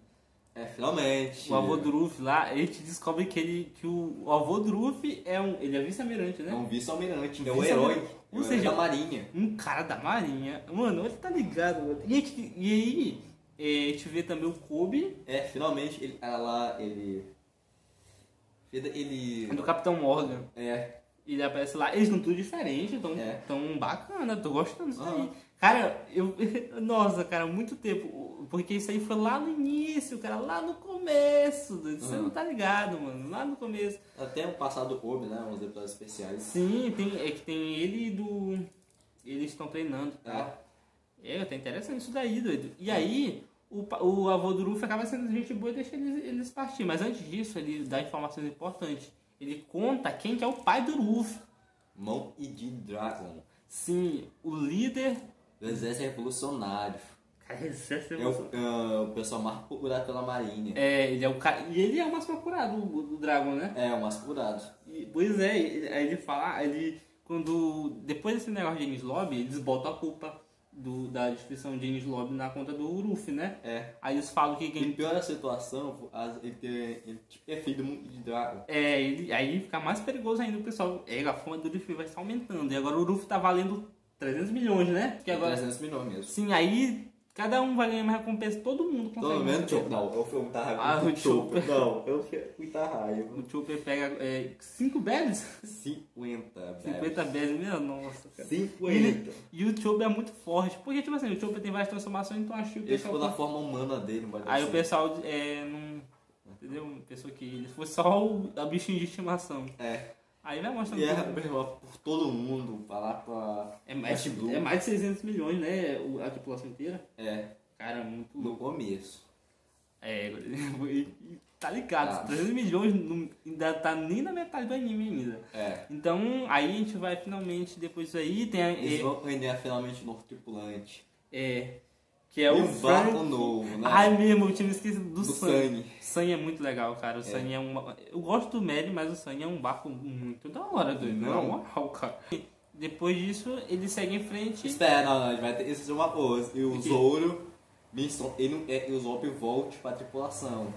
[SPEAKER 2] É, finalmente.
[SPEAKER 1] O avô do Ruffy lá, ele te descobre que ele que o, o avô do Ruffy é um, ele é vice-almirante, né?
[SPEAKER 2] É um vice-almirante, é
[SPEAKER 1] Um
[SPEAKER 2] um herói.
[SPEAKER 1] vice-almirante.
[SPEAKER 2] é
[SPEAKER 1] Ou
[SPEAKER 2] o herói
[SPEAKER 1] seja,
[SPEAKER 2] da marinha.
[SPEAKER 1] Um cara da marinha. Mano, ele tá ligado, mano. E, a gente- e aí, é, a gente vê também o Kobe
[SPEAKER 2] É, finalmente ele, ela, ele... Ele...
[SPEAKER 1] do Capitão Morgan.
[SPEAKER 2] É,
[SPEAKER 1] Ele aparece lá, eles não tudo diferente, tão,
[SPEAKER 2] É.
[SPEAKER 1] tão bacana, tô gostando disso
[SPEAKER 2] Aham.
[SPEAKER 1] aí. Cara, eu. Nossa, cara, muito tempo. Porque isso aí foi lá no início, cara, lá no começo. doido. Você
[SPEAKER 2] Aham.
[SPEAKER 1] não tá ligado, mano. Lá no começo.
[SPEAKER 2] até o passado Kobe, né? Uns episódios especiais.
[SPEAKER 1] Sim, tem, é que tem ele e do. Eles estão treinando. Tá?
[SPEAKER 2] Tá?
[SPEAKER 1] É, tá interessante isso daí, doido. E aí, o, pa- o avô do Luffy acaba sendo gente boa e deixa eles, eles partir. Mas antes disso, ele dá informações importantes. Ele conta quem que é o pai do Luffy.
[SPEAKER 2] Mão e de Dragon.
[SPEAKER 1] Sim, o líder.
[SPEAKER 2] Do exército revolucionário.
[SPEAKER 1] Cara, isso é
[SPEAKER 2] É o, é o pessoal mais procurado pela marinha.
[SPEAKER 1] É, ele é o cara. E ele é o mais procurado, o, do Dragon, né?
[SPEAKER 2] É, o mais procurado.
[SPEAKER 1] E, pois é, ele- aí ele fala, aí ele. Quando. Depois desse negócio de James Lobby, eles botam a culpa do, da destruição de James Lobby na conta do Luffy, né?
[SPEAKER 2] É.
[SPEAKER 1] Aí eles falam que
[SPEAKER 2] Em
[SPEAKER 1] quem.
[SPEAKER 2] pior a situação, as- ele tem ele é filho do Mão de Dragon.
[SPEAKER 1] É, ele, aí fica mais perigoso ainda o pessoal. É, a fama do Luffy vai estar aumentando. E agora o Luffy tá valendo 300 milhões, né? Que agora.
[SPEAKER 2] 300 milhões mesmo.
[SPEAKER 1] Sim, aí cada um vai ganhar uma recompensa, todo mundo consegue.
[SPEAKER 2] Pelo menos
[SPEAKER 1] uma
[SPEAKER 2] Chopper. Não, eu fui muita raiva.
[SPEAKER 1] Ah,
[SPEAKER 2] com
[SPEAKER 1] o Chopper.
[SPEAKER 2] Não, eu fui muita raiva.
[SPEAKER 1] O Chopper pega é, 5 berries?
[SPEAKER 2] 50, velho.
[SPEAKER 1] 50 berries, meu, nossa, cara.
[SPEAKER 2] 50.
[SPEAKER 1] E o Chopper é muito forte. Porque, tipo assim, o Chopper tem várias transformações, então acho que o
[SPEAKER 2] Ele ficou na
[SPEAKER 1] pessoal.
[SPEAKER 2] forma humana dele, mas assim,
[SPEAKER 1] Aí o pessoal é, não. Entendeu? Pensou que ele foi só o a bichinho de estimação.
[SPEAKER 2] É.
[SPEAKER 1] Aí vai mostrando.
[SPEAKER 2] E é
[SPEAKER 1] tudo.
[SPEAKER 2] mesmo, por todo mundo, falar pra.
[SPEAKER 1] é, mais,
[SPEAKER 2] West Blue.
[SPEAKER 1] é mais de 600 milhões, né? o- A tripulação inteira.
[SPEAKER 2] É,
[SPEAKER 1] Cara, muito
[SPEAKER 2] no
[SPEAKER 1] louco.
[SPEAKER 2] começo.
[SPEAKER 1] É, e- e tá ligado.
[SPEAKER 2] Ah.
[SPEAKER 1] 300 milhões não, ainda tá nem na metade do anime ainda.
[SPEAKER 2] É.
[SPEAKER 1] Então, aí a gente vai finalmente, depois disso aí, tem a.
[SPEAKER 2] Eles
[SPEAKER 1] é-
[SPEAKER 2] vão ganhar finalmente um novo tripulante.
[SPEAKER 1] É. Que é
[SPEAKER 2] e
[SPEAKER 1] o
[SPEAKER 2] um barco
[SPEAKER 1] Frank.
[SPEAKER 2] novo, né?
[SPEAKER 1] Ai mesmo, eu tinha me esquecido do,
[SPEAKER 2] Do
[SPEAKER 1] Sunny.
[SPEAKER 2] Sunny.
[SPEAKER 1] Sunny é muito legal, cara. O Sunny é um. Eu gosto do Mary, mas o Sunny é um barco muito da hora, doido.
[SPEAKER 2] Não.
[SPEAKER 1] Na moral, cara. Depois disso, ele segue em frente.
[SPEAKER 2] Espera, não, não, a gente vai ter que fazer uma pose. E o
[SPEAKER 1] O quê?
[SPEAKER 2] Zoro, Winston, ele não é, e o Zop volte pra tripulação.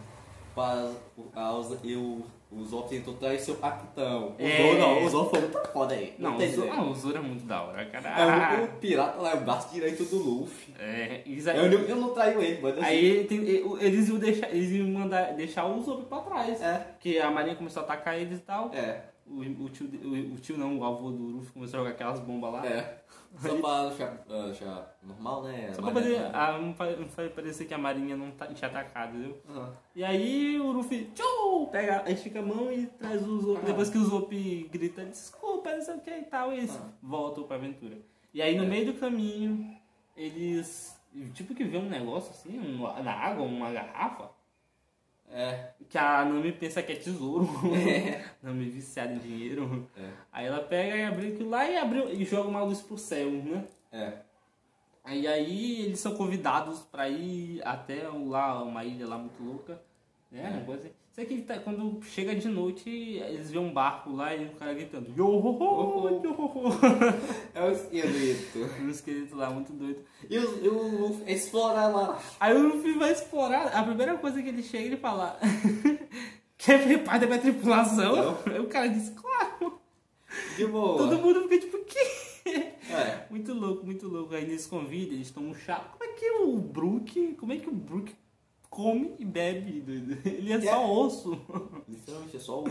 [SPEAKER 2] Para, as, e o, o Zop tentou trair seu capitão. O
[SPEAKER 1] É.
[SPEAKER 2] Zoro não, o Zop foi muito foda aí.
[SPEAKER 1] Não, o
[SPEAKER 2] tem
[SPEAKER 1] Zoro- Ah.
[SPEAKER 2] jeito.
[SPEAKER 1] não, o Zoro é muito da hora, cara.
[SPEAKER 2] É o, o pirata lá, é o braço direito do Luffy.
[SPEAKER 1] É, eles-
[SPEAKER 2] Eu, não- eu não traio ele, mas assim,
[SPEAKER 1] Aí ele tem- eles iam deixar, eles iam mandar deixar o Zoro pra trás.
[SPEAKER 2] É,
[SPEAKER 1] Porque a marinha começou a atacar eles e tal.
[SPEAKER 2] é,
[SPEAKER 1] O, o tio, de- o, o tio não, o avô do Luffy começou a jogar aquelas bombas lá.
[SPEAKER 2] é. Só pra deixar, ah, deixar normal, né?
[SPEAKER 1] Só pra
[SPEAKER 2] Mas,
[SPEAKER 1] poder
[SPEAKER 2] né?
[SPEAKER 1] ah, não fa- não fa- parecer que a marinha não tá, tinha atacado, entendeu?
[SPEAKER 2] Aham.
[SPEAKER 1] E aí o Luffy tchau, pega, estica a mão e traz o Zop.
[SPEAKER 2] Ah.
[SPEAKER 1] Depois que o Zop grita desculpa, não sei o que e tal, eles
[SPEAKER 2] Ah.
[SPEAKER 1] voltam pra aventura. E aí no
[SPEAKER 2] É.
[SPEAKER 1] meio do caminho, eles tipo que vê um negócio assim, um, na água, uma garrafa,
[SPEAKER 2] É,
[SPEAKER 1] que a Nami pensa que é tesouro. Nami viciada em dinheiro.
[SPEAKER 2] é,
[SPEAKER 1] Aí ela pega e abre aquilo lá e, abre, e joga uma luz pro céu, né?
[SPEAKER 2] é.
[SPEAKER 1] Aí, aí eles são convidados pra ir até um lá uma ilha lá muito louca. É, um negócio assim. Isso aqui, tá, quando chega de noite, eles veem um barco lá e o cara gritando yo ho ho, yo ho ho.
[SPEAKER 2] É o esqueleto.
[SPEAKER 1] Um esqueleto lá, muito doido.
[SPEAKER 2] E o, e o Luffy é explorar lá.
[SPEAKER 1] Aí o Luffy vai explorar, a primeira coisa que ele chega, ele fala... Quer fazer parte da minha tripulação? Aí o cara diz, claro.
[SPEAKER 2] De boa.
[SPEAKER 1] Todo mundo fica tipo, que?
[SPEAKER 2] É.
[SPEAKER 1] Muito louco, muito louco. Aí eles convidam, eles tomam um chá. Como é que o Brook... Como é que o Brook come e bebe, doido? Ele é só osso.
[SPEAKER 2] Literalmente, é só o...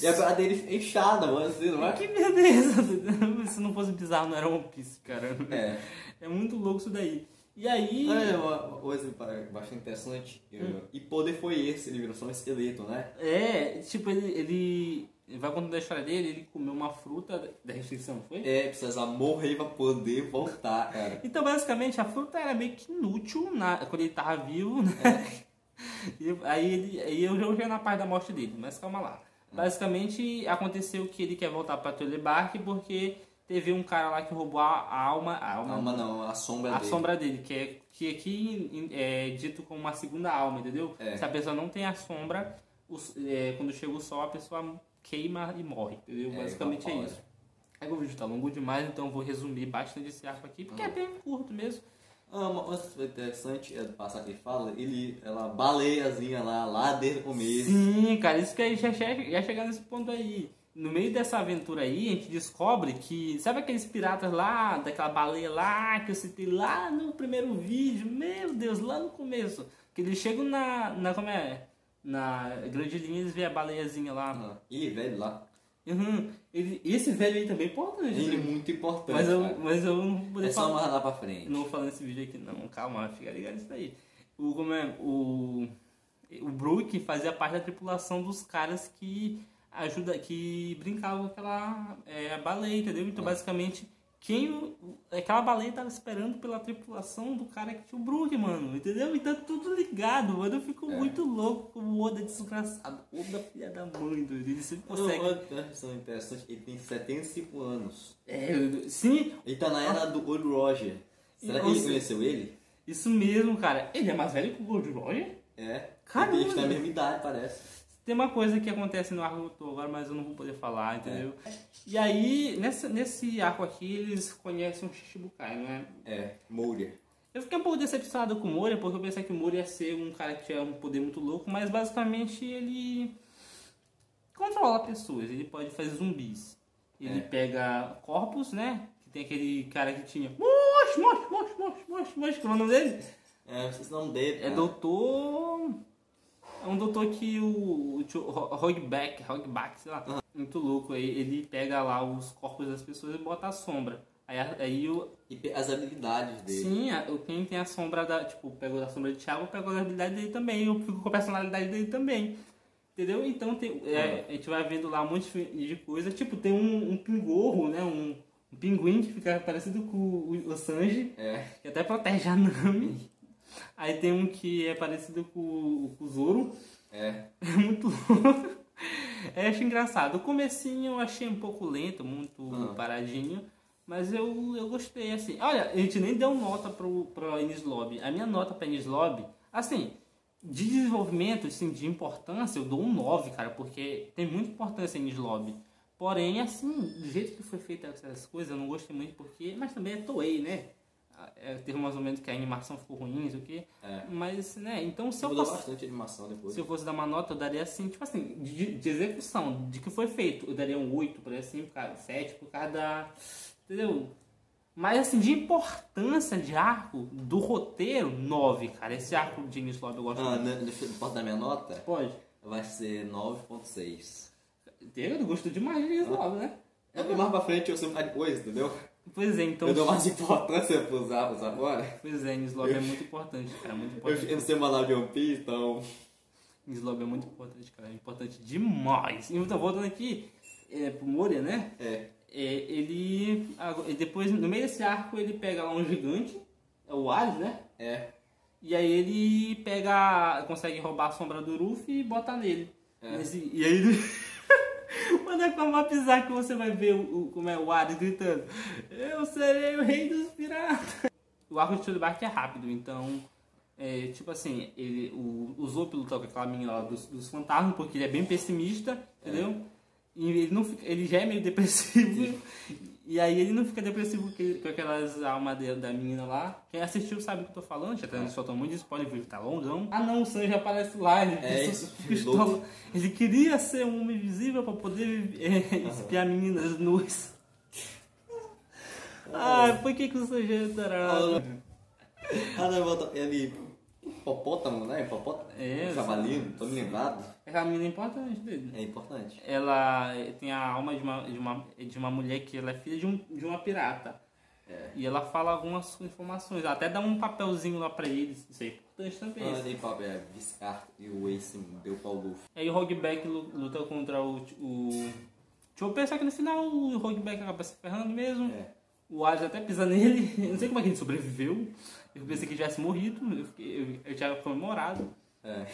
[SPEAKER 2] E a cara dele é inchada, mano. Assim, não é?
[SPEAKER 1] Que beleza! doido. Se não fosse bizarro, não era One Piece, cara.
[SPEAKER 2] É.
[SPEAKER 1] É muito louco isso daí. E aí.
[SPEAKER 2] Olha, é uma coisa que eu acho interessante.
[SPEAKER 1] Hum.
[SPEAKER 2] E poder foi esse, ele virou só um esqueleto, né?
[SPEAKER 1] É, tipo, ele, ele- ele vai contando a história dele, ele comeu uma fruta da- da restrição, foi?
[SPEAKER 2] É, precisava morrer pra poder voltar, cara.
[SPEAKER 1] Então, basicamente, a fruta era meio que inútil na, quando ele tava vivo, né? E aí, ele, aí eu já já na parte da morte dele, mas calma lá. Basicamente, aconteceu que ele quer voltar pra Telebark porque teve um cara lá que roubou a a alma, a alma,
[SPEAKER 2] Não, mas não, a sombra
[SPEAKER 1] a
[SPEAKER 2] dele.
[SPEAKER 1] sombra dele, que, é, que aqui em- é dito como uma segunda alma, entendeu?
[SPEAKER 2] É.
[SPEAKER 1] Se a pessoa não tem a sombra, os- é, quando chega o sol, a pessoa queima e morre, entendeu?
[SPEAKER 2] É,
[SPEAKER 1] Basicamente é
[SPEAKER 2] igual a
[SPEAKER 1] isso. É que o vídeo tá longo demais, então eu vou resumir bastante esse arco aqui,
[SPEAKER 2] Uhum.
[SPEAKER 1] porque é bem curto mesmo.
[SPEAKER 2] Ah, uma coisa que foi interessante é do passar que ele fala, ele, ela baleiazinha lá, lá desde o começo.
[SPEAKER 1] Sim, cara, isso que aí já, che- já chegar nesse ponto aí. No meio dessa aventura aí, a gente descobre que. Sabe aqueles piratas lá, daquela baleia lá que eu citei lá no primeiro vídeo? Meu Deus, lá no começo. Que eles chegam na. na como é? Na grande linha eles veem a baleiazinha lá.
[SPEAKER 2] Ah, ele velho lá.
[SPEAKER 1] Uhum. Ele- esse velho aí também é importante.
[SPEAKER 2] Ele é
[SPEAKER 1] né?
[SPEAKER 2] muito importante,
[SPEAKER 1] mas, eu,
[SPEAKER 2] cara.
[SPEAKER 1] mas eu não vou poder
[SPEAKER 2] É só
[SPEAKER 1] falar.
[SPEAKER 2] mais lá pra frente.
[SPEAKER 1] Não vou falar nesse vídeo aqui, não. Calma, fica ligado nisso daí. O, como é, o, o Brook fazia parte da tripulação dos caras que ajuda, que brincavam com aquela é, baleia, entendeu? Então, basicamente, quem o- o- é, aquela baleia tava esperando pela tripulação do cara que tinha o Brook, mano, entendeu? Então, tudo ligado, mano. Eu fico muito louco com o Oda desgraçado. Oda, é filha da mãe, doido. Ele sempre
[SPEAKER 2] Uma
[SPEAKER 1] consegue.
[SPEAKER 2] outra questão interessante, ele tem 75 anos.
[SPEAKER 1] É, eu- sim,
[SPEAKER 2] Ele tá na era do Old Roger. Será que ele
[SPEAKER 1] Nossa.
[SPEAKER 2] conheceu ele?
[SPEAKER 1] isso mesmo, cara. Ele é mais velho que o Gold Roger?
[SPEAKER 2] É.
[SPEAKER 1] Caramba.
[SPEAKER 2] Eles têm a mesma idade, parece.
[SPEAKER 1] Tem uma coisa que acontece no arco que eu tô agora, mas eu não vou poder falar, entendeu? E aí, nessa, nesse arco aqui, eles conhecem o Shichibukai, né?
[SPEAKER 2] É, Moura.
[SPEAKER 1] Eu fiquei um pouco decepcionado com o Moria, porque eu pensei que o Moria ia ser um cara que tinha um poder muito louco, mas basicamente ele controla pessoas, ele pode fazer zumbis. Ele
[SPEAKER 2] É.
[SPEAKER 1] pega corpos, né? Que tem aquele cara que tinha. Mosh, mosh, mosh, mosh, mosh, mosh, como é o nome dele?
[SPEAKER 2] É, não sei se o nome dele.
[SPEAKER 1] É
[SPEAKER 2] cara.
[SPEAKER 1] doutor. É um doutor que o. o tio- Ho- Hogback, Hogback, sei lá. Muito louco. Aí ele pega lá os corpos das pessoas e bota a sombra. Aí, a- aí o.
[SPEAKER 2] E pe- as habilidades dele.
[SPEAKER 1] Sim, a- o- quem tem a sombra da. Tipo, pegou da sombra de Thiago, pegou da habilidade dele também. Eu fico com a personalidade dele também. Entendeu? Então tem, é, a gente vai vendo lá um monte de coisa. Tipo, tem um, um pingorro, né? Um, um pinguim que fica parecido com o, o Sanji
[SPEAKER 2] É.
[SPEAKER 1] que até protege a Nami. Aí tem um que é parecido com, com o Zoro.
[SPEAKER 2] É.
[SPEAKER 1] É muito louco. É, Eu acho engraçado. O comecinho eu achei um pouco lento, muito
[SPEAKER 2] Ah.
[SPEAKER 1] paradinho. Mas eu, eu gostei, assim. Olha, a gente nem deu nota pro, pro Enies Lobby. A minha nota pra Enies Lobby, assim, de desenvolvimento, assim, de importância, eu dou um 9, cara. Porque tem muita importância Enies Lobby. Porém, assim, do jeito que foi feita essas coisas, eu não gostei muito porque... Mas também é Toei, né? Ah, É, teve mais ou menos que a animação ficou ruim, não sei o quê.
[SPEAKER 2] É.
[SPEAKER 1] Mas, né, então se eu
[SPEAKER 2] Mudou
[SPEAKER 1] posso...
[SPEAKER 2] bastante a animação depois.
[SPEAKER 1] Se eu fosse dar uma nota, eu daria assim, tipo assim, de, de execução, de que foi feito. Eu daria um 8, por assim, por causa, 7, por causa da. Entendeu? Mas assim, de importância de arco, do roteiro, 9, cara. Esse arco de James Lobby eu gosto
[SPEAKER 2] Ah,
[SPEAKER 1] muito.
[SPEAKER 2] né, deixa eu posso dar minha nota?
[SPEAKER 1] Pode.
[SPEAKER 2] Vai ser 9.6.
[SPEAKER 1] Eu gosto demais de James Lobby, né?
[SPEAKER 2] É porque mais pra frente eu sou mais coisa, entendeu?
[SPEAKER 1] Pois é, então.
[SPEAKER 2] Eu dou mais importância pros arcos agora.
[SPEAKER 1] Pois é, James Lobby é muito importante, cara. Muito
[SPEAKER 2] Eu,
[SPEAKER 1] importante.
[SPEAKER 2] eu não sei mais nada de One Piece, então.
[SPEAKER 1] James Lobby é muito importante, cara. É importante demais. Então, voltando aqui é, pro Moria, né?
[SPEAKER 2] É.
[SPEAKER 1] É, ele ago- e depois no meio desse arco ele pega lá um gigante, é o Ares, né?
[SPEAKER 2] É.
[SPEAKER 1] E aí ele pega, consegue roubar a sombra do Luffy e bota nele. Nesse- e aí ele Mano, é com a Mapizar que você vai ver o, o- como é o Ares gritando: Eu serei o rei dos piratas. O arco de Chulibaki é rápido, então é, tipo assim, ele o, usou pelo toque aquela menina lá dos, dos fantasmas, porque ele é bem pessimista, entendeu? E ele, não fica- ele já é meio depressivo. e aí ele não fica depressivo que- com aquelas almas de- da menina lá. Quem assistiu sabe o que eu tô falando, já tá dando soltando muito de spoiler, o vídeo tá longão. Ah não, o Sam já aparece lá, ele
[SPEAKER 2] É,
[SPEAKER 1] fica
[SPEAKER 2] isso,
[SPEAKER 1] pistola.
[SPEAKER 2] louco.
[SPEAKER 1] Ele queria ser um homem visível pra poder eh, espiar meninas nuas. Ai, por que que o é sujeito era...
[SPEAKER 2] Ah, não, volta. Ele. Hipopótamo, né? Hipopótamo.
[SPEAKER 1] É,
[SPEAKER 2] Cavalino, tô me lembrado.
[SPEAKER 1] Aquela É menina importante dele.
[SPEAKER 2] É importante.
[SPEAKER 1] ela tem a alma de uma, de uma, de uma mulher que ela é filha de, um, de uma pirata.
[SPEAKER 2] É.
[SPEAKER 1] E ela fala algumas informações, ela até dá um papelzinho lá pra eles, isso é importante também.
[SPEAKER 2] Falando em papel, é Viscar e o Ace deu pau Luffy.
[SPEAKER 1] Aí o Hogback lu- luta contra o, o Chopper, só que no final o Hogback acaba se ferrando mesmo.
[SPEAKER 2] É.
[SPEAKER 1] O Ares até pisa nele, eu não sei como é que ele sobreviveu. Eu pensei que ele tivesse morrido, eu, fiquei, eu, eu tinha comemorado.
[SPEAKER 2] É.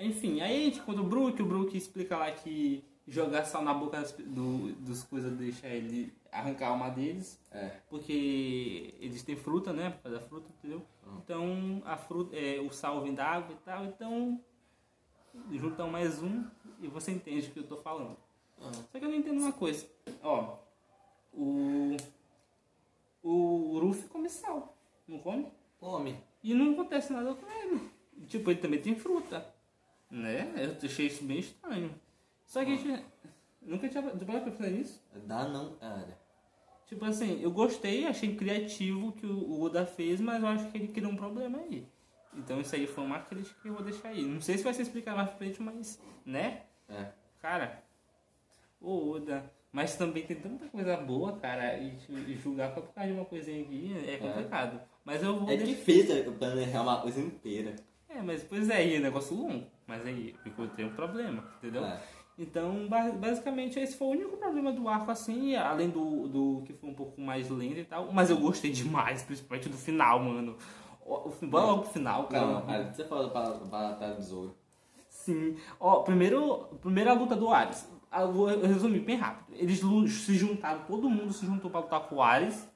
[SPEAKER 1] Enfim, aí a gente encontra o Brook, o Brook explica lá que jogar sal na boca das, do, dos coisas deixa ele arrancar a alma deles,
[SPEAKER 2] É.
[SPEAKER 1] porque eles têm fruta, né? Por causa da fruta, entendeu? Então a fruta, é, o sal vem da água e tal, então juntam mais um e você entende o que eu tô falando. Só que eu não entendo uma coisa. Ó, o. O Ruffy come sal, não come?
[SPEAKER 2] Homem.
[SPEAKER 1] E não acontece nada com ele. Tipo, ele também tem fruta. Né? Eu achei isso bem estranho. Só que a gente. Nunca tinha. Tu parou pra pensar nisso?
[SPEAKER 2] Dá não, cara.
[SPEAKER 1] Tipo assim, eu gostei, achei criativo o que o o Oda fez, mas eu acho que ele criou um problema aí. Então isso aí foi uma crítica que eu vou deixar aí. Não sei se vai ser explicado mais pra frente, mas. Né?
[SPEAKER 2] É.
[SPEAKER 1] Cara. Ô Oda. Mas também tem tanta coisa boa, cara, e, e julgar por causa de uma coisinha aqui é complicado. Mas eu vou
[SPEAKER 2] É
[SPEAKER 1] deixar.
[SPEAKER 2] difícil planejar uma coisa inteira.
[SPEAKER 1] É, mas pois é, e é um negócio longo. Mas aí eu encontrei um problema, entendeu?
[SPEAKER 2] É.
[SPEAKER 1] Então, ba- basicamente, esse foi o único problema do arco, assim, além do, do que foi um pouco mais lento e tal. Mas eu gostei demais, principalmente do final, mano. O, o, bora logo pro final, cara.
[SPEAKER 2] Não, é. cara, você falou para Batalha do Besouro.
[SPEAKER 1] Sim. Ó, primeiro, primeiro a luta do Ares. Ah, Eu vou resumir bem rápido. Eles lu- se juntaram, todo mundo se juntou pra lutar com o Ares.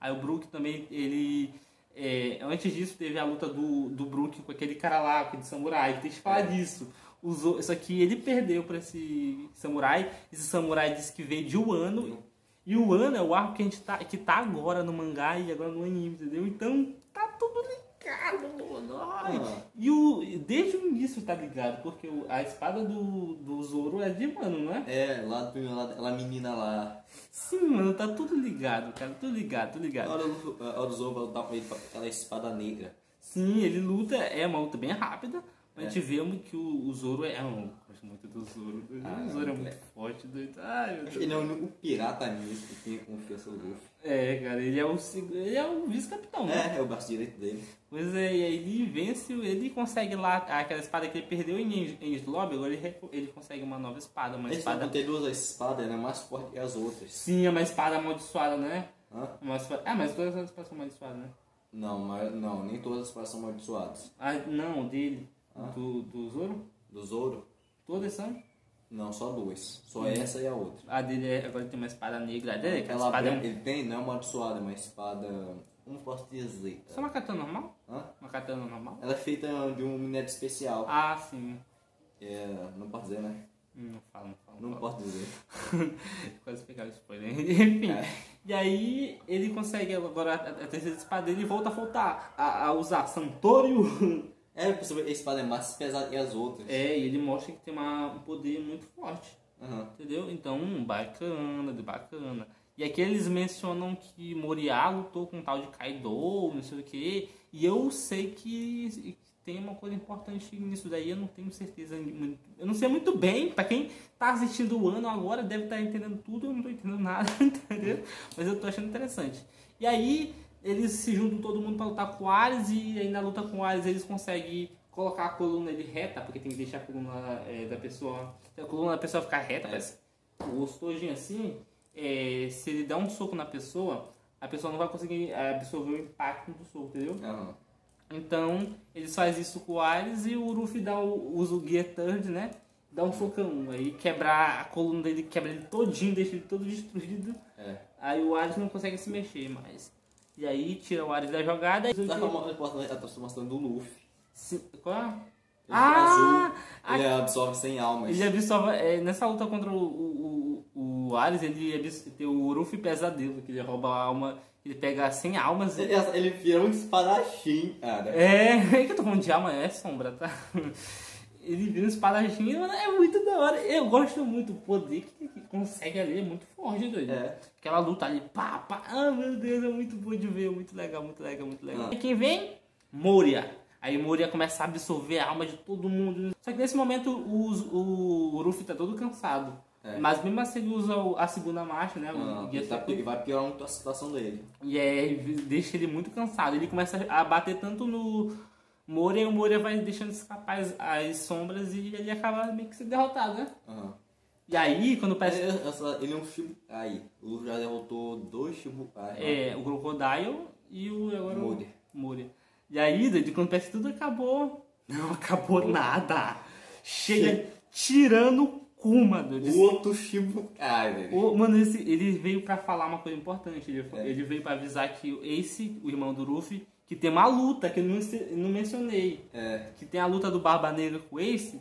[SPEAKER 1] Aí o Brook também, ele. é, antes disso, teve a luta do, do Brook com aquele cara lá, aquele samurai. Deixa eu falar disso. Usou, isso aqui ele perdeu pra esse samurai. Esse samurai disse que veio de Wano. E o Wano é o arco que a gente tá, que tá agora no mangá e agora no anime, entendeu? Então tá tudo ligado, mano. Ai,
[SPEAKER 2] Ah.
[SPEAKER 1] E o, desde o início tá ligado, porque o- a espada do, do Zoro é de Wano, não é?
[SPEAKER 2] É, lá do primeiro lado, aquela menina lá.
[SPEAKER 1] Sim, mano, tá tudo ligado, cara. Tudo ligado, tudo ligado.
[SPEAKER 2] A hora do a hora do Zoro vai lutar com ele com um aquela espada negra.
[SPEAKER 1] Sim, ele luta, é uma luta bem rápida. Mas a
[SPEAKER 2] É.
[SPEAKER 1] gente vê que o, o Zoro é. Ah, eu gosto muito do Zoro.
[SPEAKER 2] Ah,
[SPEAKER 1] o Zoro é
[SPEAKER 2] muito
[SPEAKER 1] muito forte, doido. Ai, meu Deus.
[SPEAKER 2] Ele é o único pirata nisso que tem confiança no Luffy.
[SPEAKER 1] É, cara, ele é o, seg- ele é o vice-capitão, né?
[SPEAKER 2] É, é o braço direito dele.
[SPEAKER 1] Pois é, e aí ele vence, ele consegue lá aquela espada que ele perdeu em Eng- Eng's Lobby, agora ele, recu- ele consegue uma nova espada, uma
[SPEAKER 2] Mas
[SPEAKER 1] espada.
[SPEAKER 2] quando ele usa a espada, ela é mais forte que as outras.
[SPEAKER 1] Sim, é uma espada amaldiçoada, né?
[SPEAKER 2] Hã?
[SPEAKER 1] Uma espada... Ah, mas todas as espadas são amaldiçoadas, né?
[SPEAKER 2] Não, mas não, nem todas as espadas são amaldiçoadas.
[SPEAKER 1] Ah, não, dele.
[SPEAKER 2] Ah.
[SPEAKER 1] Do, do Zoro?
[SPEAKER 2] Do Zoro?
[SPEAKER 1] Todas são?
[SPEAKER 2] Não, só duas. Só essa e a outra.
[SPEAKER 1] A dele é, agora tem uma espada negra. A dele Hum. é aquela
[SPEAKER 2] Ela
[SPEAKER 1] espada. é um-
[SPEAKER 2] branca- Ele tem, não é amaldiçoada, é uma espada. Como posso dizer?
[SPEAKER 1] Só é uma katana normal?
[SPEAKER 2] Hã?
[SPEAKER 1] Uma katana normal?
[SPEAKER 2] Ela é feita de um minério especial.
[SPEAKER 1] Ah, sim.
[SPEAKER 2] É, não posso dizer, né?
[SPEAKER 1] Hum, Não fala, não fala.
[SPEAKER 2] Não
[SPEAKER 1] fala.
[SPEAKER 2] posso dizer. É.
[SPEAKER 1] Quase pegaram o spoiler. Enfim. E aí ele consegue agora a, a terceira espada dele e volta a faltar a, a usar Santorio.
[SPEAKER 2] É, porque a espada é mais pesada que as outras.
[SPEAKER 1] É, e ele mostra que tem uma, um poder muito forte.
[SPEAKER 2] Aham.
[SPEAKER 1] Entendeu? Então, bacana, de bacana. E aqui eles mencionam que Moriá lutou com um tal de Kaido, não sei o que. E eu sei que que tem uma coisa importante nisso daí, eu não tenho certeza. muito- Eu não sei muito bem, pra quem tá assistindo o ano agora deve estar entendendo tudo, eu não tô entendendo nada, entendeu? Mas eu tô achando interessante. E aí, eles se juntam todo mundo pra lutar com o Ares, e aí na luta com o Ares eles conseguem colocar a coluna dele reta, porque tem que deixar a coluna é, da pessoa. A coluna da pessoa ficar reta, parece. O osso todinho assim, é, se ele dá um soco na pessoa, a pessoa não vai conseguir absorver o impacto do soco, entendeu?
[SPEAKER 2] Aham.
[SPEAKER 1] Então, eles fazem isso com o Ares e o Luffy dá o, usa o Gear Third, né? Dá um socão, aí quebra a coluna dele, quebra ele todinho, deixa ele todo destruído.
[SPEAKER 2] É.
[SPEAKER 1] Aí o Ares não consegue se mexer mais. E aí tira o Ares da jogada e.
[SPEAKER 2] Tá mostrando a transformação do Luffy.
[SPEAKER 1] Se- Qual é?
[SPEAKER 2] Ele
[SPEAKER 1] Ah!
[SPEAKER 2] fica azul, ele absorve sem almas.
[SPEAKER 1] Ele absorve. é, nessa luta contra o, o, o, o Ares, ele abs- tem o Uruf pesadelo, que ele rouba a alma, ele pega 100 almas.
[SPEAKER 2] Ele, ele vira um espadachim. Ah, né?
[SPEAKER 1] É, é que eu tô falando de alma, é sombra, tá? Ele vira um espadachim, mano, é muito da hora. Eu gosto muito, o poder que ele consegue ali é muito forte, doido.
[SPEAKER 2] É.
[SPEAKER 1] Aquela luta ali, pá, pá, ah, meu Deus, é muito bom de ver, muito legal, muito legal, muito legal.
[SPEAKER 2] Ah.
[SPEAKER 1] E quem vem? Moria. Aí Moria começa a absorver a alma de todo mundo. Só que nesse momento o, o Ruffy tá todo cansado.
[SPEAKER 2] É.
[SPEAKER 1] Mas mesmo assim ele usa o- a segunda marcha, né?
[SPEAKER 2] Não,
[SPEAKER 1] o
[SPEAKER 2] ele,
[SPEAKER 1] Gear
[SPEAKER 2] tá,
[SPEAKER 1] Taku.
[SPEAKER 2] ele vai piorar muito a situação dele.
[SPEAKER 1] E é, deixa ele muito cansado. Ele começa a bater tanto no Moria e o Moria vai deixando escapar as, as sombras e ele acaba meio que se derrotado, né?
[SPEAKER 2] Aham.
[SPEAKER 1] E aí, quando parece.
[SPEAKER 2] É, essa- ele é um Shibu. Aí, o Luffy já derrotou dois Ah, Shibukai.
[SPEAKER 1] É, o Crocodile e o. Agora, o
[SPEAKER 2] Moria.
[SPEAKER 1] Moria. E aí, doido, quando parece que tudo acabou. Não acabou nada. Chega tirando o Kuma, doido.
[SPEAKER 2] O outro Shibukai, velho.
[SPEAKER 1] O- mano, esse- ele veio pra falar uma coisa importante. Ele,
[SPEAKER 2] É.
[SPEAKER 1] ele veio pra avisar que o Ace, o irmão do Luffy, que tem uma luta que eu não, se- não mencionei.
[SPEAKER 2] É.
[SPEAKER 1] Que tem a luta do Barba Negra com o Ace.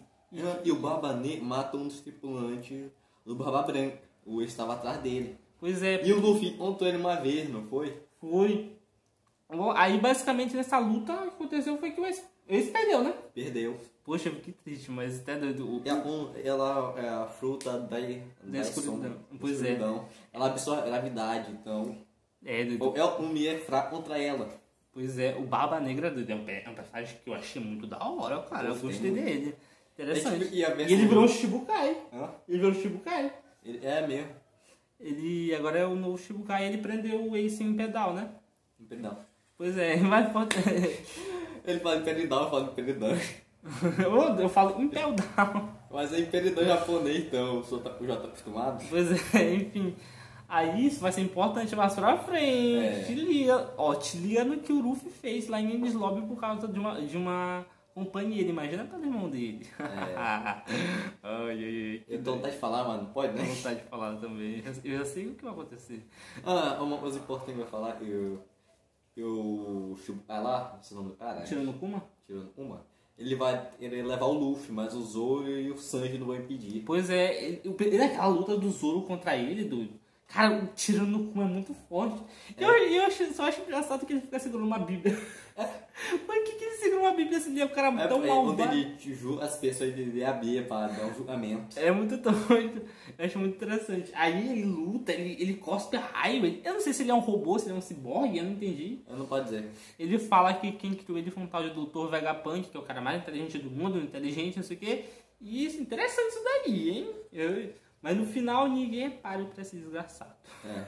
[SPEAKER 2] E o Babanê mata um dos tripulantes do Barba Branca. O Ace estava atrás dele.
[SPEAKER 1] Pois é,
[SPEAKER 2] E o Luffy encontrou ele uma vez, não foi?
[SPEAKER 1] foi. Bom, Aí basicamente nessa luta o que aconteceu foi que o Ace, Ace perdeu, né?
[SPEAKER 2] Perdeu.
[SPEAKER 1] Poxa, que triste, mas até doido. O-
[SPEAKER 2] É um- ela é a fruta da, da
[SPEAKER 1] escuridão.
[SPEAKER 2] sombra, da
[SPEAKER 1] Pois é.
[SPEAKER 2] escuridão. Ela absorve gravidade, então.
[SPEAKER 1] É, doido.
[SPEAKER 2] O El Umi é fraco contra ela.
[SPEAKER 1] Pois é, o Barba Negra doido, é um pe- é um personagem que eu achei muito da hora, cara. Eu
[SPEAKER 2] Gostei
[SPEAKER 1] gostei
[SPEAKER 2] muito.
[SPEAKER 1] dele. Interessante.
[SPEAKER 2] É tipo- e a
[SPEAKER 1] E
[SPEAKER 2] versão
[SPEAKER 1] ele
[SPEAKER 2] do-
[SPEAKER 1] virou um Shibukai.
[SPEAKER 2] Hã?
[SPEAKER 1] Ele virou um Shibukai.
[SPEAKER 2] Ele é mesmo.
[SPEAKER 1] Ele agora é o novo Shibukai, ele prendeu o Ace em pedal, né?
[SPEAKER 2] Não.
[SPEAKER 1] Pois é, mas pode.
[SPEAKER 2] Ele fala imperidão, eu falo imperidão.
[SPEAKER 1] eu, eu falo em pedal.
[SPEAKER 2] Mas é imperidão japonês, então. O senhor tá, já tá acostumado.
[SPEAKER 1] Pois é, enfim. Aí isso vai ser importante mais pra frente.
[SPEAKER 2] É.
[SPEAKER 1] Te liga. Ó, te liga no que o Luffy fez lá em Endes Lobby por causa de uma, de uma companheira. Imagina pelo irmão dele.
[SPEAKER 2] É.
[SPEAKER 1] ai, ai, ai. Que
[SPEAKER 2] Então tá de falar, mano. Pode, né?
[SPEAKER 1] dá vontade de falar também. Eu já sei o que vai acontecer.
[SPEAKER 2] Ah, uma coisa importante pra falar que eu. que o Shibukai lá, não sei o nome do cara. né?
[SPEAKER 1] Tirando o Kuma?
[SPEAKER 2] Tirando uma. Ele vai ele levar o Luffy, mas o Zoro e o Sanji não vão impedir.
[SPEAKER 1] Pois é, ele, o- ele- aquela luta do Zoro contra ele, do Cara, o tirando no cu é muito forte.
[SPEAKER 2] É.
[SPEAKER 1] Eu, eu acho- só acho engraçado que ele fica segurando uma bíblia. Mas o que, que ele segura uma bíblia se ele é um cara
[SPEAKER 2] É,
[SPEAKER 1] tão
[SPEAKER 2] é quando
[SPEAKER 1] malvado?
[SPEAKER 2] ele te ju- as pessoas de a Bia pra dar um julgamento.
[SPEAKER 1] É muito doido. Eu acho muito interessante. Aí ele luta, ele, ele cospe a raiva. Ele- eu não sei se ele é um robô, se ele é um ciborgue, eu não entendi.
[SPEAKER 2] Eu não posso dizer.
[SPEAKER 1] Ele fala que quem criou ele foi um tal de Dr. Vegapunk, que é o cara mais inteligente do mundo, inteligente, não sei o quê. E isso, interessante isso daí, hein? Eu- mas no final ninguém repara pra esse desgraçado.
[SPEAKER 2] É.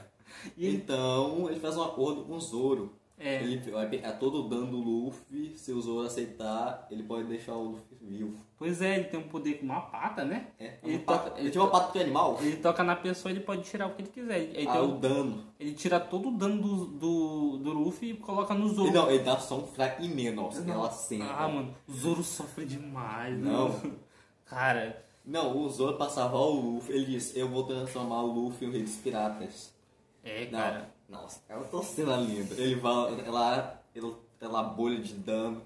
[SPEAKER 1] E ele-
[SPEAKER 2] Então ele faz um acordo com o Zoro.
[SPEAKER 1] É.
[SPEAKER 2] Ele vai pegar todo o dano do Luffy. Se o Zoro aceitar, ele pode deixar o Luffy vivo.
[SPEAKER 1] Pois é, ele tem um poder com uma pata, né?
[SPEAKER 2] É, é uma
[SPEAKER 1] Ele,
[SPEAKER 2] pata-
[SPEAKER 1] toca,
[SPEAKER 2] ele
[SPEAKER 1] ele,
[SPEAKER 2] tinha uma pata de animal.
[SPEAKER 1] ele toca na pessoa, ele pode tirar o que ele quiser. Ele, ele
[SPEAKER 2] Ah,
[SPEAKER 1] tem um
[SPEAKER 2] o
[SPEAKER 1] o-
[SPEAKER 2] dano.
[SPEAKER 1] ele tira todo o dano do, do, do Luffy e coloca no Zoro.
[SPEAKER 2] Ele, não, ele dá só um fragmento. Nossa, aquela cena.
[SPEAKER 1] Ah, mano, o Zoro sofre demais. né,
[SPEAKER 2] Não.
[SPEAKER 1] mano. Cara,
[SPEAKER 2] Não, o Zoro pra salvar o Luffy, ele disse, eu vou transformar o Luffy em um rei dos piratas.
[SPEAKER 1] é,
[SPEAKER 2] Não,
[SPEAKER 1] cara.
[SPEAKER 2] nossa, ela tá cena linda. Ele vai, ela, ela, ela bolha de dano.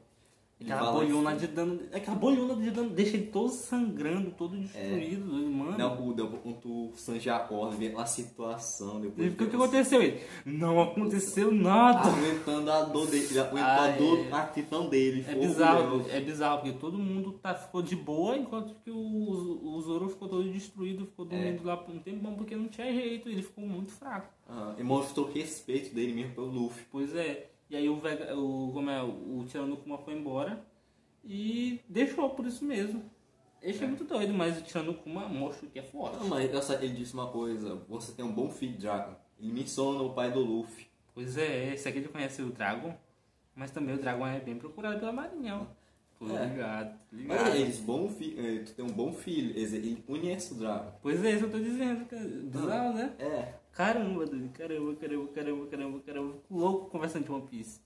[SPEAKER 2] Ele
[SPEAKER 1] Aquela
[SPEAKER 2] vai lá e-
[SPEAKER 1] bolhona de dano. é Aquela bolhona de dano deixa ele todo sangrando, todo destruído, mano.
[SPEAKER 2] É. Não, o Double quando o Sanji acorda, vê a situação depois.
[SPEAKER 1] E o que que
[SPEAKER 2] fica
[SPEAKER 1] aconteceu? Ele? Não aconteceu nada.
[SPEAKER 2] Ah, Aguentando a dor dele, ele aguentou
[SPEAKER 1] Ah,
[SPEAKER 2] a dor,
[SPEAKER 1] é.
[SPEAKER 2] a titã dele.
[SPEAKER 1] É
[SPEAKER 2] fogo,
[SPEAKER 1] bizarro,
[SPEAKER 2] né?
[SPEAKER 1] é bizarro, porque todo mundo tá, ficou de boa, enquanto que o, o Zoro ficou todo destruído,
[SPEAKER 2] É.
[SPEAKER 1] ficou dormindo lá por um tempão, porque não tinha jeito, ele ficou muito fraco.
[SPEAKER 2] Ah, e mostrou o respeito dele mesmo pelo Luffy.
[SPEAKER 1] Pois é, e aí o, Vega, o, como é, o Tirano Kuma foi embora e deixou por isso mesmo. Ele é. muito doido, mas o Tirano Kuma mostra que é
[SPEAKER 2] Ah,
[SPEAKER 1] forte.
[SPEAKER 2] mas essa- ele disse uma coisa: você tem um bom filho, Dragon. Ele menciona o pai do Luffy.
[SPEAKER 1] Pois é, esse aqui ele conhece o Dragon, mas também o Dragon é bem procurado pela Marinha, ó. Tô
[SPEAKER 2] É.
[SPEAKER 1] ligado, tô
[SPEAKER 2] Mas
[SPEAKER 1] ligado.
[SPEAKER 2] eles, bom fi, eh, tu tem um bom filho. Ele, ele conhece o Dragon.
[SPEAKER 1] Pois é, isso eu tô dizendo, cara. bizarro, né?
[SPEAKER 2] É.
[SPEAKER 1] Caramba, doido. Caramba, caramba,
[SPEAKER 2] Ah.
[SPEAKER 1] caramba, caramba, caramba. Fico Louco conversando de One Piece.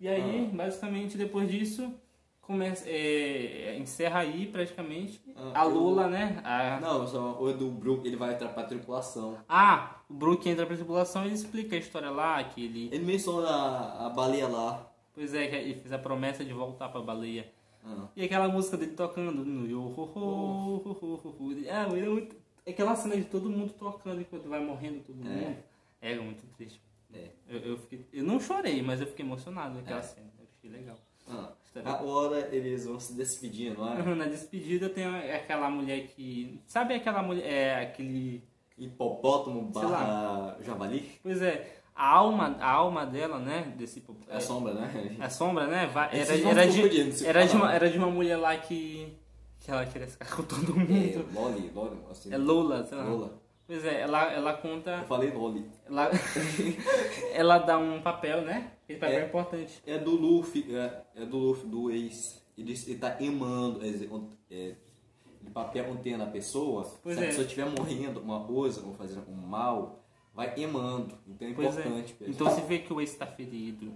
[SPEAKER 1] E aí, basicamente, depois disso, começa, é, encerra aí praticamente
[SPEAKER 2] Ah,
[SPEAKER 1] a
[SPEAKER 2] eu-
[SPEAKER 1] Lula, né? A-
[SPEAKER 2] Não, só o do Brook, ele vai entrar pra tripulação.
[SPEAKER 1] Ah, o Brook entra pra tripulação e ele explica a história lá, que ele.
[SPEAKER 2] Ele menciona a, a baleia lá.
[SPEAKER 1] Pois é, que ele fez a promessa de voltar pra baleia.
[SPEAKER 2] Ah,
[SPEAKER 1] E aquela música dele tocando no yo ho ho ho ho ho ho. Ah, é muito... Aquela cena de todo mundo tocando enquanto vai morrendo todo
[SPEAKER 2] É.
[SPEAKER 1] mundo. É, muito triste.
[SPEAKER 2] é.
[SPEAKER 1] Eu, eu, fiquei... eu não chorei, mas eu fiquei emocionado naquela cena. Eu achei legal.
[SPEAKER 2] Ah,
[SPEAKER 1] Tá
[SPEAKER 2] agora eles vão se despedir, não é?
[SPEAKER 1] Na despedida tem é aquela mulher que. Sabe aquela mulher. É, aquele.
[SPEAKER 2] Hipopótamo
[SPEAKER 1] Sei lá.
[SPEAKER 2] barra javali.
[SPEAKER 1] Pois é, a alma, a alma dela, né? Desse hipo-
[SPEAKER 2] É a sombra, né?
[SPEAKER 1] A sombra, né? vai-
[SPEAKER 2] Esses
[SPEAKER 1] Era,
[SPEAKER 2] não
[SPEAKER 1] era,
[SPEAKER 2] ficam pedindo
[SPEAKER 1] de,
[SPEAKER 2] esse
[SPEAKER 1] era, de uma,
[SPEAKER 2] canal.
[SPEAKER 1] era de uma mulher lá que. que ela queria ficar com todo
[SPEAKER 2] É,
[SPEAKER 1] mundo.
[SPEAKER 2] Loli, Loli, assim.
[SPEAKER 1] É Lola, sei lá.
[SPEAKER 2] Lola.
[SPEAKER 1] Pois é, ela, ela
[SPEAKER 2] Eu
[SPEAKER 1] conta.
[SPEAKER 2] falei Loli.
[SPEAKER 1] Ela, ela dá um papel, né? Aquele papel
[SPEAKER 2] É.
[SPEAKER 1] importante.
[SPEAKER 2] É do Luffy, é, é do Luffy, do ex. Ele, ele tá emanando, quer dizer, on- é, de papel contendo a pessoa.
[SPEAKER 1] Pois
[SPEAKER 2] se
[SPEAKER 1] é.
[SPEAKER 2] a pessoa estiver morrendo, uma coisa, ou fazendo um mal, vai emando. Então é
[SPEAKER 1] Pois é.
[SPEAKER 2] importante. pra
[SPEAKER 1] Então
[SPEAKER 2] gente.
[SPEAKER 1] se vê que o ex tá ferido.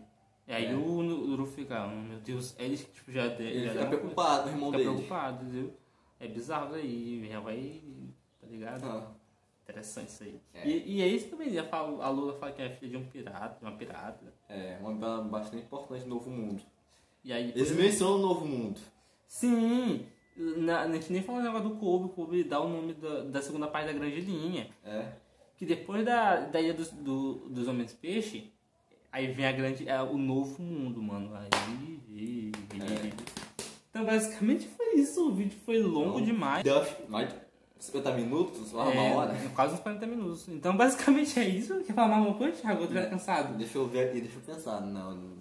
[SPEAKER 1] E aí
[SPEAKER 2] É.
[SPEAKER 1] o Uru fica, "Ah, meu Deus, aí ele tipo, já, de-
[SPEAKER 2] ele
[SPEAKER 1] já
[SPEAKER 2] fica
[SPEAKER 1] dá um-
[SPEAKER 2] preocupado, o irmão
[SPEAKER 1] fica
[SPEAKER 2] dele.
[SPEAKER 1] preocupado, entendeu? É bizarro isso aí, já vai. Tá ligado?
[SPEAKER 2] Ah,
[SPEAKER 1] Interessante isso aí.
[SPEAKER 2] É.
[SPEAKER 1] E, e é isso também, ela fala- a Lula fala que é filha de um pirata, de uma pirata.
[SPEAKER 2] é, uma banda bastante importante no Novo Mundo.
[SPEAKER 1] E aí.
[SPEAKER 2] Eles mencionam o Novo Mundo.
[SPEAKER 1] Sim! Na, a gente nem falou o negócio do Kobe, o Kobe dá o nome da, da segunda parte da grande linha.
[SPEAKER 2] É.
[SPEAKER 1] Que depois da, da ilha dos, do- dos homens peixe, aí vem a grande. é, o novo mundo, mano. Aí. aí, aí. Então basicamente foi isso. O vídeo foi
[SPEAKER 2] Então,
[SPEAKER 1] longo demais.
[SPEAKER 2] Duff, mais de 50 minutos, lá
[SPEAKER 1] É,
[SPEAKER 2] uma hora.
[SPEAKER 1] Quase uns 40 minutos. Então basicamente é isso. Quer falar mais alguma coisa, Thiago? Eu tô já cansado.
[SPEAKER 2] Deixa eu ver aqui, deixa eu pensar. Não, não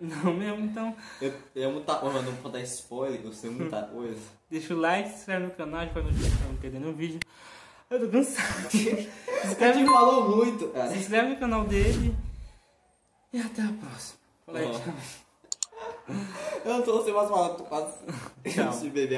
[SPEAKER 1] Não mesmo, então.
[SPEAKER 2] eu, eu não tá, eu não vou dar spoiler, eu sei muita coisa.
[SPEAKER 1] Deixa o like, se inscreve no canal, ativa a notificação pra não perder nenhum vídeo. Eu tô cansado. se, inscreve,
[SPEAKER 2] Ele
[SPEAKER 1] no-
[SPEAKER 2] falou muito, cara.
[SPEAKER 1] se inscreve no canal dele. E até a próxima. Falei,
[SPEAKER 2] Ó.
[SPEAKER 1] tchau.
[SPEAKER 2] Eu não tô sem mais falar, tô quase
[SPEAKER 1] Tchau.
[SPEAKER 2] se beber.